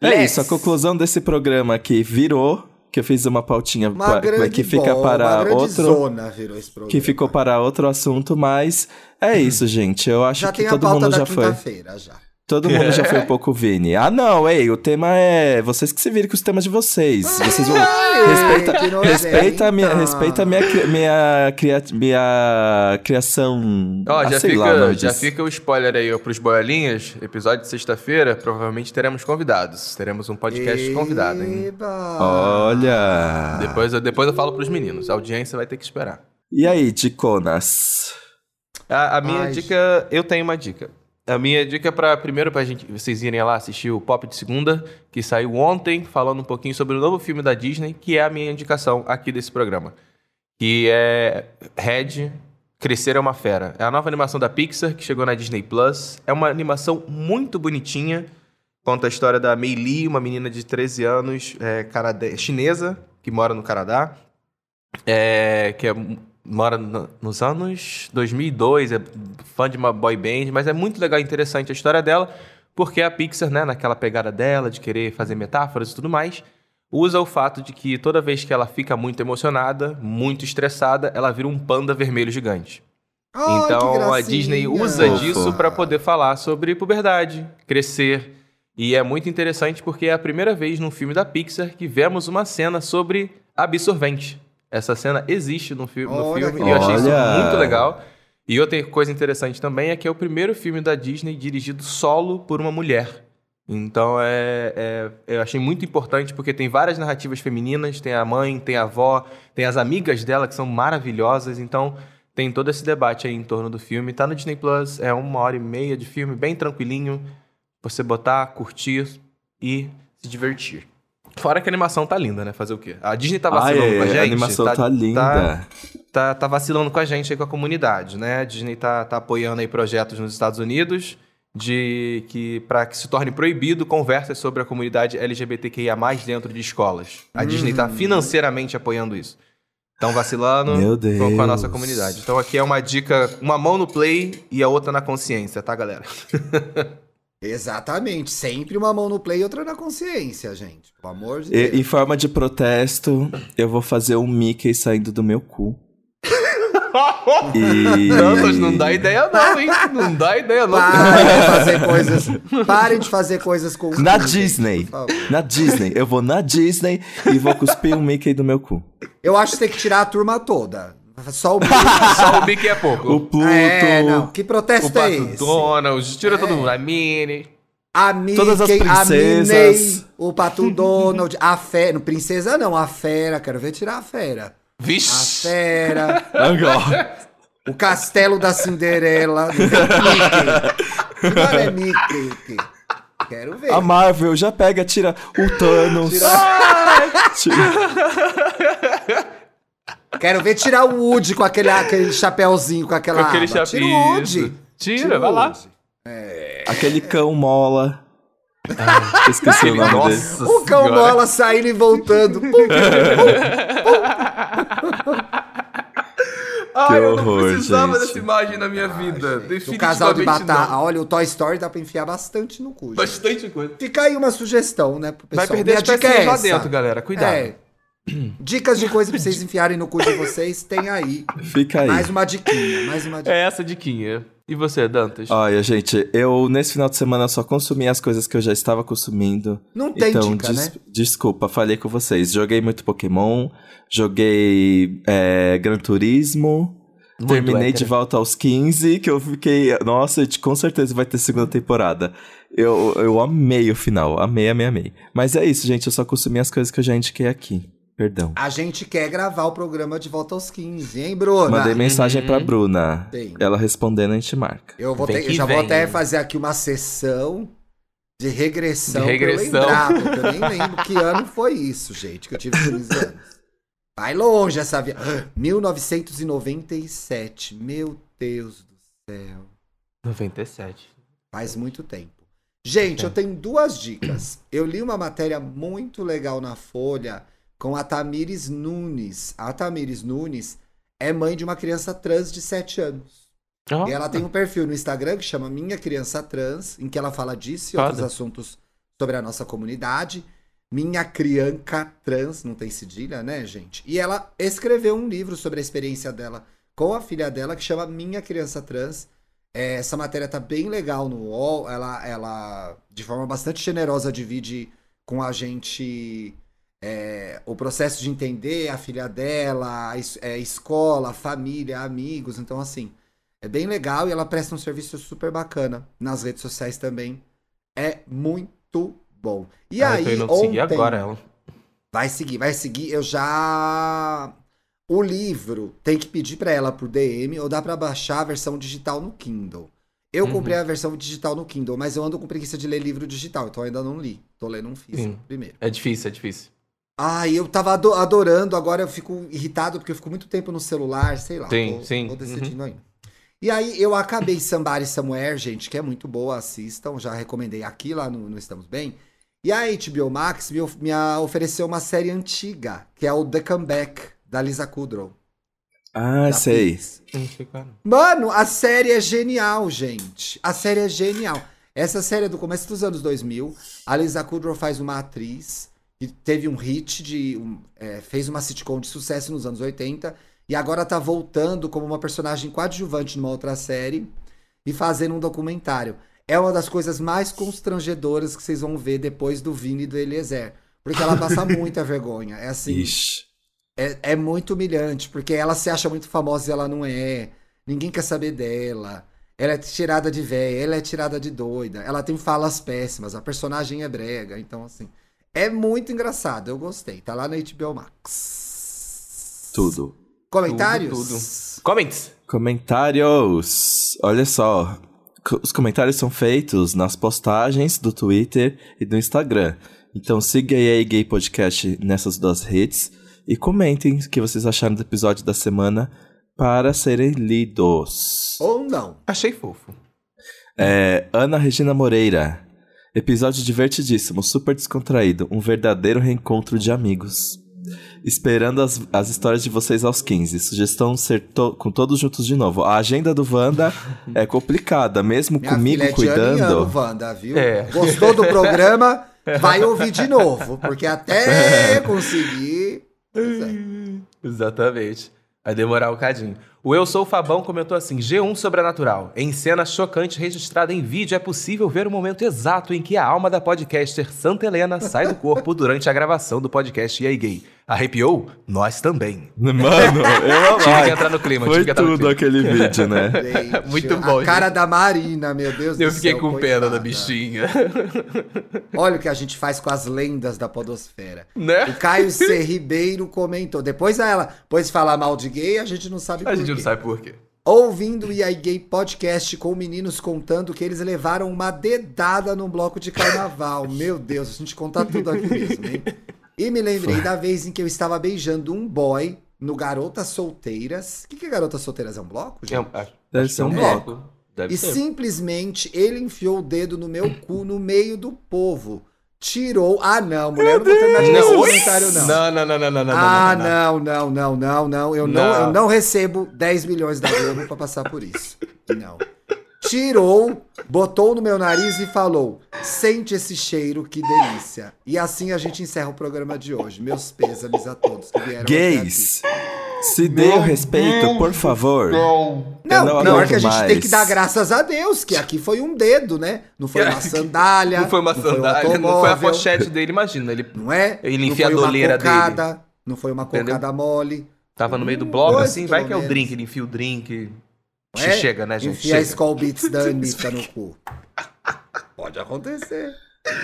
[SPEAKER 1] É
[SPEAKER 3] Let's.
[SPEAKER 1] isso, a conclusão desse programa que virou, que eu fiz uma pautinha
[SPEAKER 3] Uma
[SPEAKER 1] pra-
[SPEAKER 3] grande
[SPEAKER 1] é que fica
[SPEAKER 3] bola, uma
[SPEAKER 1] para
[SPEAKER 3] grande
[SPEAKER 1] outro.
[SPEAKER 3] zona virou esse programa.
[SPEAKER 1] Que ficou para outro assunto, mas é isso, gente. Eu acho
[SPEAKER 3] Já
[SPEAKER 1] que
[SPEAKER 3] tem a
[SPEAKER 1] todo
[SPEAKER 3] pauta
[SPEAKER 1] mundo
[SPEAKER 3] da
[SPEAKER 1] já foi.
[SPEAKER 3] quinta-feira, já.
[SPEAKER 1] Todo mundo já foi um pouco Vini. Ah, não, ei, o tema é. Vocês que se virem com os temas de vocês.
[SPEAKER 3] Ah,
[SPEAKER 1] Vocês vão. Respeita,
[SPEAKER 3] que então. nojento.
[SPEAKER 1] respeita a minha, respeita a minha, cri- minha, cria, minha criação.
[SPEAKER 2] Ó,
[SPEAKER 1] ah,
[SPEAKER 2] já,
[SPEAKER 1] sei lá o
[SPEAKER 2] fica,
[SPEAKER 1] nome
[SPEAKER 2] já
[SPEAKER 1] disso.
[SPEAKER 2] fica o spoiler aí ó, pros boiolinhas. Episódio de sexta-feira, provavelmente teremos convidados. Teremos um podcast convidado, hein?
[SPEAKER 3] Eba.
[SPEAKER 1] Olha.
[SPEAKER 3] Ah.
[SPEAKER 2] Depois, eu- depois eu falo pros meninos. A audiência vai ter que esperar.
[SPEAKER 1] E aí, Ticonas?
[SPEAKER 2] A, a minha
[SPEAKER 3] Ai,
[SPEAKER 2] dica, eu tenho uma dica. A minha dica para primeiro pra gente, vocês irem lá assistir o Pop de Segunda, que saiu ontem, falando um pouquinho sobre o novo filme da Disney, que é a minha indicação aqui desse programa, que é Red Crescer é uma fera. É a nova animação da Pixar que chegou na Disney Plus. É uma animação muito bonitinha. Conta a história da Mei Li, uma menina de 13 anos, é, canade- chinesa, que mora no Canadá. É, que é, mora no- nos anos 2002, é fã de uma boy band, mas é muito legal e interessante a história dela, porque a Pixar, né, naquela pegada dela de querer fazer metáforas e tudo mais, usa o fato de que toda vez que ela fica muito emocionada, muito estressada, ela vira um panda vermelho gigante.
[SPEAKER 3] Ai, que
[SPEAKER 2] então a
[SPEAKER 3] gracinha.
[SPEAKER 2] Disney usa
[SPEAKER 1] Fofo.
[SPEAKER 2] disso para poder falar sobre puberdade, crescer. E é muito interessante porque é a primeira vez num filme da Pixar que vemos uma cena sobre absorvente. Essa cena existe no, fi no
[SPEAKER 3] Olha
[SPEAKER 2] filme
[SPEAKER 3] que
[SPEAKER 2] e eu achei isso
[SPEAKER 1] Olha.
[SPEAKER 2] muito legal. E outra coisa interessante também é que é o primeiro filme da Disney dirigido solo por uma mulher. Então é, é- eu achei muito importante porque tem várias narrativas femininas, tem a mãe, tem a avó, tem as amigas dela que são maravilhosas, então tem todo esse debate aí em torno do filme. Tá no Disney Plus, é uma hora e meia de filme, bem tranquilinho. Você botar, curtir e se divertir. Fora que a animação tá linda, né? Fazer o quê? A Disney tá vacilando
[SPEAKER 1] Ai,
[SPEAKER 2] com a gente.
[SPEAKER 1] Ah, a animação tá, linda.
[SPEAKER 2] tá, tá vacilando com a gente aí, com a comunidade, né? A Disney tá, tá apoiando aí projetos nos Estados Unidos de que para que se torne proibido conversas sobre a comunidade LGBTQIA+, dentro de escolas. A Disney tá financeiramente apoiando isso. Estão vacilando
[SPEAKER 1] Hum. Meu
[SPEAKER 2] com- com a
[SPEAKER 1] Deus.
[SPEAKER 2] nossa comunidade. Então aqui é uma dica, uma mão no play e a outra na consciência, tá, galera?
[SPEAKER 3] Exatamente. Sempre uma mão no play e outra na consciência, gente. Pelo amor de
[SPEAKER 1] E-
[SPEAKER 3] Deus.
[SPEAKER 1] em forma de protesto, eu vou fazer um Mickey saindo do meu cu. E...
[SPEAKER 2] Não, mas não dá ideia não, hein? Não dá ideia não.
[SPEAKER 3] Parem de fazer coisas. Parem de fazer coisas com o
[SPEAKER 1] Na
[SPEAKER 3] cu, gente,
[SPEAKER 1] Disney.
[SPEAKER 3] por favor.
[SPEAKER 1] Na Disney. Eu vou na Disney e vou cuspir um Mickey do meu cu.
[SPEAKER 3] Eu acho que tem que tirar a turma toda. Só o.
[SPEAKER 2] Só o Mickey é pouco.
[SPEAKER 1] O Pluto.
[SPEAKER 3] é, não. Que
[SPEAKER 2] O
[SPEAKER 3] protesto é
[SPEAKER 2] Pato
[SPEAKER 3] esse?
[SPEAKER 2] Donald, tira todo
[SPEAKER 3] É.
[SPEAKER 2] mundo. A Minnie.
[SPEAKER 3] A Mickey,
[SPEAKER 1] Todas as
[SPEAKER 3] a
[SPEAKER 1] princesas.
[SPEAKER 3] Minnie, o Pato Donald, a fera. não, Princesa não, a fera. Quero ver tirar a fera. A
[SPEAKER 2] Vixe.
[SPEAKER 3] fera.
[SPEAKER 1] Agora.
[SPEAKER 3] o castelo da Cinderela. Mickey. Agora é Mickey. Quero ver.
[SPEAKER 1] A Marvel já pega, tira o Thanos. Tira-
[SPEAKER 3] Quero ver tirar o Woody com aquele, aquele chapéuzinho, com aquela.
[SPEAKER 2] Com aquele
[SPEAKER 3] aba. Tira o
[SPEAKER 2] chapéu.
[SPEAKER 3] Woody.
[SPEAKER 2] Isso. Tira, vai lá.
[SPEAKER 3] Woody.
[SPEAKER 1] Aquele cão mola.
[SPEAKER 3] Ah.
[SPEAKER 1] Esqueci o nome dele.
[SPEAKER 3] O cão
[SPEAKER 2] Senhora.
[SPEAKER 3] bola saindo e voltando. Pum,
[SPEAKER 2] Ai, eu não
[SPEAKER 1] horror,
[SPEAKER 2] precisava
[SPEAKER 1] gente.
[SPEAKER 2] dessa imagem na minha vida.
[SPEAKER 3] gente, o
[SPEAKER 2] Definitivamente
[SPEAKER 3] casal de batata.
[SPEAKER 2] não.
[SPEAKER 3] Olha, o Toy Story dá pra enfiar bastante no cu. gente.
[SPEAKER 2] Bastante coisa.
[SPEAKER 3] Fica aí uma sugestão, né, pro pessoal.
[SPEAKER 2] Vai perder
[SPEAKER 3] Minha
[SPEAKER 2] as
[SPEAKER 3] dica
[SPEAKER 2] pecinhas
[SPEAKER 3] é
[SPEAKER 2] lá
[SPEAKER 3] essa.
[SPEAKER 2] dentro, galera. Cuidado.
[SPEAKER 3] É. Dicas de coisa pra vocês enfiarem no cu de vocês, tem aí.
[SPEAKER 1] Fica aí.
[SPEAKER 3] Mais um uma diquinha, mais uma diquinha.
[SPEAKER 2] É essa diquinha. E você, Dantas?
[SPEAKER 1] Olha, gente, eu nesse final de semana só consumi as coisas que eu já estava consumindo.
[SPEAKER 3] Não tem
[SPEAKER 1] então,
[SPEAKER 3] dica,
[SPEAKER 1] des-
[SPEAKER 3] né?
[SPEAKER 1] desculpa, falei com vocês. Joguei muito Pokémon, joguei é, Gran Turismo,
[SPEAKER 2] Muito
[SPEAKER 1] terminei
[SPEAKER 2] hétero.
[SPEAKER 1] de volta aos 15, que eu fiquei. Nossa, gente, com certeza vai ter segunda temporada. Eu, eu amei o final, amei, amei, amei. Mas é isso, gente, eu só consumi as coisas que eu já indiquei aqui. Perdão.
[SPEAKER 3] A gente quer gravar o programa de volta aos 15, hein, Bruna?
[SPEAKER 1] Mandei mensagem pra Bruna.
[SPEAKER 3] Tem.
[SPEAKER 1] Ela respondendo, a gente marca.
[SPEAKER 3] Eu, vou
[SPEAKER 2] Vem
[SPEAKER 3] ter- eu
[SPEAKER 2] que
[SPEAKER 3] já vou
[SPEAKER 2] vem.
[SPEAKER 3] até fazer aqui uma sessão de regressão.
[SPEAKER 2] De regressão.
[SPEAKER 3] Pra eu lembrar, porque eu nem lembro que ano foi isso, gente, que eu tive 15 anos. Vai longe essa viagem. 1997. Meu Deus do céu.
[SPEAKER 2] 97.
[SPEAKER 3] Faz muito tempo. Gente, eu tenho duas dicas. Eu li uma matéria muito legal na Folha com a Tamires Nunes. A Tamires Nunes é mãe de uma criança trans de 7 anos. E ela tem um perfil no Instagram que chama Minha Criança Trans, em que ela fala disso e
[SPEAKER 2] Foda.
[SPEAKER 3] outros assuntos sobre a nossa comunidade. Minha Crianca Trans, não tem cedilha, né, gente? E ela escreveu um livro sobre a experiência dela com a filha dela que chama Minha Criança Trans. É, essa matéria tá bem legal no UOL. Ela, ela de forma bastante generosa, divide com a gente é, o processo de entender a filha dela, a es- é, escola, família, amigos. Então, assim, é bem legal e ela presta um serviço super bacana nas redes sociais também. É muito bom. E
[SPEAKER 2] Ah,
[SPEAKER 3] aí,
[SPEAKER 2] eu tô indo
[SPEAKER 3] ontem...
[SPEAKER 2] seguir agora ela.
[SPEAKER 3] Vai seguir, vai seguir. Eu já. O livro tem que pedir pra ela por DM ou dá pra baixar a versão digital no Kindle. Eu
[SPEAKER 2] Uhum.
[SPEAKER 3] comprei a versão digital no Kindle, mas eu ando com preguiça de ler livro digital, então ainda não li. Tô lendo um físico
[SPEAKER 2] Sim.
[SPEAKER 3] primeiro.
[SPEAKER 2] É difícil, é difícil.
[SPEAKER 3] Ai, eu tava ado- adorando, agora eu fico irritado porque eu fico muito tempo no celular, sei lá.
[SPEAKER 2] Sim,
[SPEAKER 3] tô,
[SPEAKER 2] sim, Uhum.
[SPEAKER 3] Tô decidindo ainda. E aí, eu acabei Sambar e Somewhere, gente, que é muito boa, assistam. Já recomendei aqui lá no, no Estamos Bem. E a HBO Max me, of- me a- ofereceu uma série antiga, que é o The Comeback, da Lisa Kudrow.
[SPEAKER 1] Ah,
[SPEAKER 3] da
[SPEAKER 1] sei.
[SPEAKER 3] Pix.
[SPEAKER 2] Não sei qual era.
[SPEAKER 3] Mano, a série é genial, gente. A série é genial. Essa série é do começo dos anos 2000. A Lisa Kudrow faz uma atriz que teve um hit de. um- é, fez uma sitcom de sucesso nos anos 80 e agora tá voltando como uma personagem coadjuvante numa outra série e fazendo um documentário. É uma das coisas mais constrangedoras que vocês vão ver depois do Vini e do Eliezer. Porque ela passa muita vergonha. É assim.
[SPEAKER 1] Ixi.
[SPEAKER 3] É, é muito humilhante, porque ela se acha muito famosa e ela não é. Ninguém quer saber dela. Ela é tirada de véia, ela é tirada de doida. Ela tem falas péssimas, a personagem é brega. Então, assim, é muito engraçado. Eu gostei. Tá lá na HBO Max.
[SPEAKER 1] Tudo.
[SPEAKER 3] Comentários?
[SPEAKER 2] Tudo, Comments!
[SPEAKER 1] Comentários! Olha só. co- Os comentários são feitos nas postagens do Twitter e do Instagram. Então siga aí a Gay Podcast nessas duas redes e comentem o que vocês acharam do episódio da semana para serem lidos.
[SPEAKER 3] Ou não.
[SPEAKER 2] Achei fofo.
[SPEAKER 1] É, Ana Regina Moreira. Episódio divertidíssimo, super descontraído, um verdadeiro reencontro de amigos. Esperando as, as histórias de vocês aos 15. Sugestão ser to- com todos juntos de novo. A agenda do Wanda é complicada, mesmo
[SPEAKER 3] Minha
[SPEAKER 1] comigo
[SPEAKER 3] filha é de ano em
[SPEAKER 1] cuidando.
[SPEAKER 3] ano, Wanda, viu?
[SPEAKER 2] É.
[SPEAKER 3] Gostou do programa? Vai ouvir de novo, porque até conseguir. Pois é.
[SPEAKER 2] Exatamente. Vai demorar um bocadinho. O Eu Sou o Fabão comentou assim: G1 Sobrenatural. Em cena chocante registrada em vídeo, é possível ver o momento exato em que a alma da podcaster Santa Helena sai do corpo durante a gravação do podcast E aí Gay. Arrepiou? Nós também.
[SPEAKER 1] Mano, eu
[SPEAKER 2] Tive que
[SPEAKER 1] amava.
[SPEAKER 2] entrar no clima,
[SPEAKER 1] Foi
[SPEAKER 2] tive que entrar no
[SPEAKER 1] tudo
[SPEAKER 2] clima.
[SPEAKER 1] aquele vídeo, né?
[SPEAKER 3] Gente,
[SPEAKER 2] Muito bom,
[SPEAKER 3] A cara da Marina, meu Deus
[SPEAKER 2] Eu
[SPEAKER 3] do
[SPEAKER 2] fiquei
[SPEAKER 3] céu,
[SPEAKER 2] com pena
[SPEAKER 3] coitada.
[SPEAKER 2] da bichinha.
[SPEAKER 3] Olha o que a gente faz com as lendas da podosfera. O
[SPEAKER 2] né?
[SPEAKER 3] Caio C. Ribeiro comentou. Depois ela, depois de falar mal de gay, a gente não sabe
[SPEAKER 2] A
[SPEAKER 3] por
[SPEAKER 2] gente não
[SPEAKER 3] quê.
[SPEAKER 2] sabe por quê.
[SPEAKER 3] Ouvindo o IAI Gay Podcast com meninos contando que eles levaram uma dedada num bloco de carnaval. Meu Deus, a gente conta tudo aqui mesmo, hein? E me lembrei da vez em que eu estava beijando um boy no Garotas Solteiras. O que, que é Garotas Solteiras? É um bloco, gente?
[SPEAKER 1] Deve ser um
[SPEAKER 3] É.
[SPEAKER 1] bloco.
[SPEAKER 2] Deve
[SPEAKER 3] E
[SPEAKER 2] ser.
[SPEAKER 3] simplesmente ele enfiou o dedo no meu cu, no meio do povo. Tirou. Ah, não, mulher, eu não vou terminar de ler esse
[SPEAKER 2] Não, oi?
[SPEAKER 3] comentário, não.
[SPEAKER 2] não, não, não, não, não, não,
[SPEAKER 3] ah,
[SPEAKER 2] não, não, não.
[SPEAKER 3] não, não, não, não, não. Eu não,
[SPEAKER 2] Não.
[SPEAKER 3] eu não recebo 10 milhões da Globo pra passar por isso. Não. Tirou, botou no meu nariz e falou: sente esse cheiro, que delícia. E assim a gente encerra o programa de hoje. Meus pêsames a todos que vieram. até
[SPEAKER 1] Gays, se dê o respeito, por favor.
[SPEAKER 2] Não.
[SPEAKER 3] Não,
[SPEAKER 1] Eu não
[SPEAKER 3] pior
[SPEAKER 1] aguento
[SPEAKER 3] que a gente
[SPEAKER 1] mais.
[SPEAKER 3] tem que dar graças a Deus, que aqui foi um dedo, né? Não foi uma sandália.
[SPEAKER 2] Não foi uma
[SPEAKER 3] um
[SPEAKER 2] sandália, não foi a
[SPEAKER 3] automóvel,
[SPEAKER 2] pochete dele, imagina. Ele
[SPEAKER 3] Não é?
[SPEAKER 2] Ele
[SPEAKER 3] não
[SPEAKER 2] enfia
[SPEAKER 3] foi
[SPEAKER 2] a doleira
[SPEAKER 3] uma cocada, Não foi uma
[SPEAKER 2] Entendeu?
[SPEAKER 3] cocada mole.
[SPEAKER 2] Tava no meio do
[SPEAKER 3] Hum,
[SPEAKER 2] bloco,
[SPEAKER 3] dois,
[SPEAKER 2] assim, vai
[SPEAKER 3] pelo
[SPEAKER 2] que é o
[SPEAKER 3] menos.
[SPEAKER 2] drink, ele enfia o drink.
[SPEAKER 3] Não é?
[SPEAKER 2] Chega, né, gente?
[SPEAKER 3] Enfia a
[SPEAKER 2] Chega.
[SPEAKER 3] Skull Beats da Anitta no cu. Pode acontecer.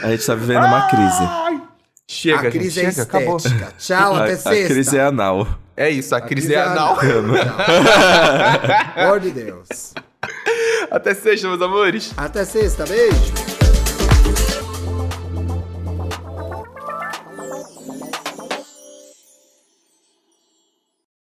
[SPEAKER 1] A gente tá vivendo uma crise.
[SPEAKER 2] Chega,
[SPEAKER 3] a
[SPEAKER 2] gente,
[SPEAKER 3] crise
[SPEAKER 2] chega,
[SPEAKER 3] é
[SPEAKER 2] acabou.
[SPEAKER 3] estética. Tchau,
[SPEAKER 1] A,
[SPEAKER 3] até
[SPEAKER 1] a
[SPEAKER 3] sexta.
[SPEAKER 1] crise é anal.
[SPEAKER 2] É isso, a, crise, é anal. é
[SPEAKER 3] Tchau. Amor de Deus.
[SPEAKER 2] Até sexta, meus amores.
[SPEAKER 3] Até sexta, beijo.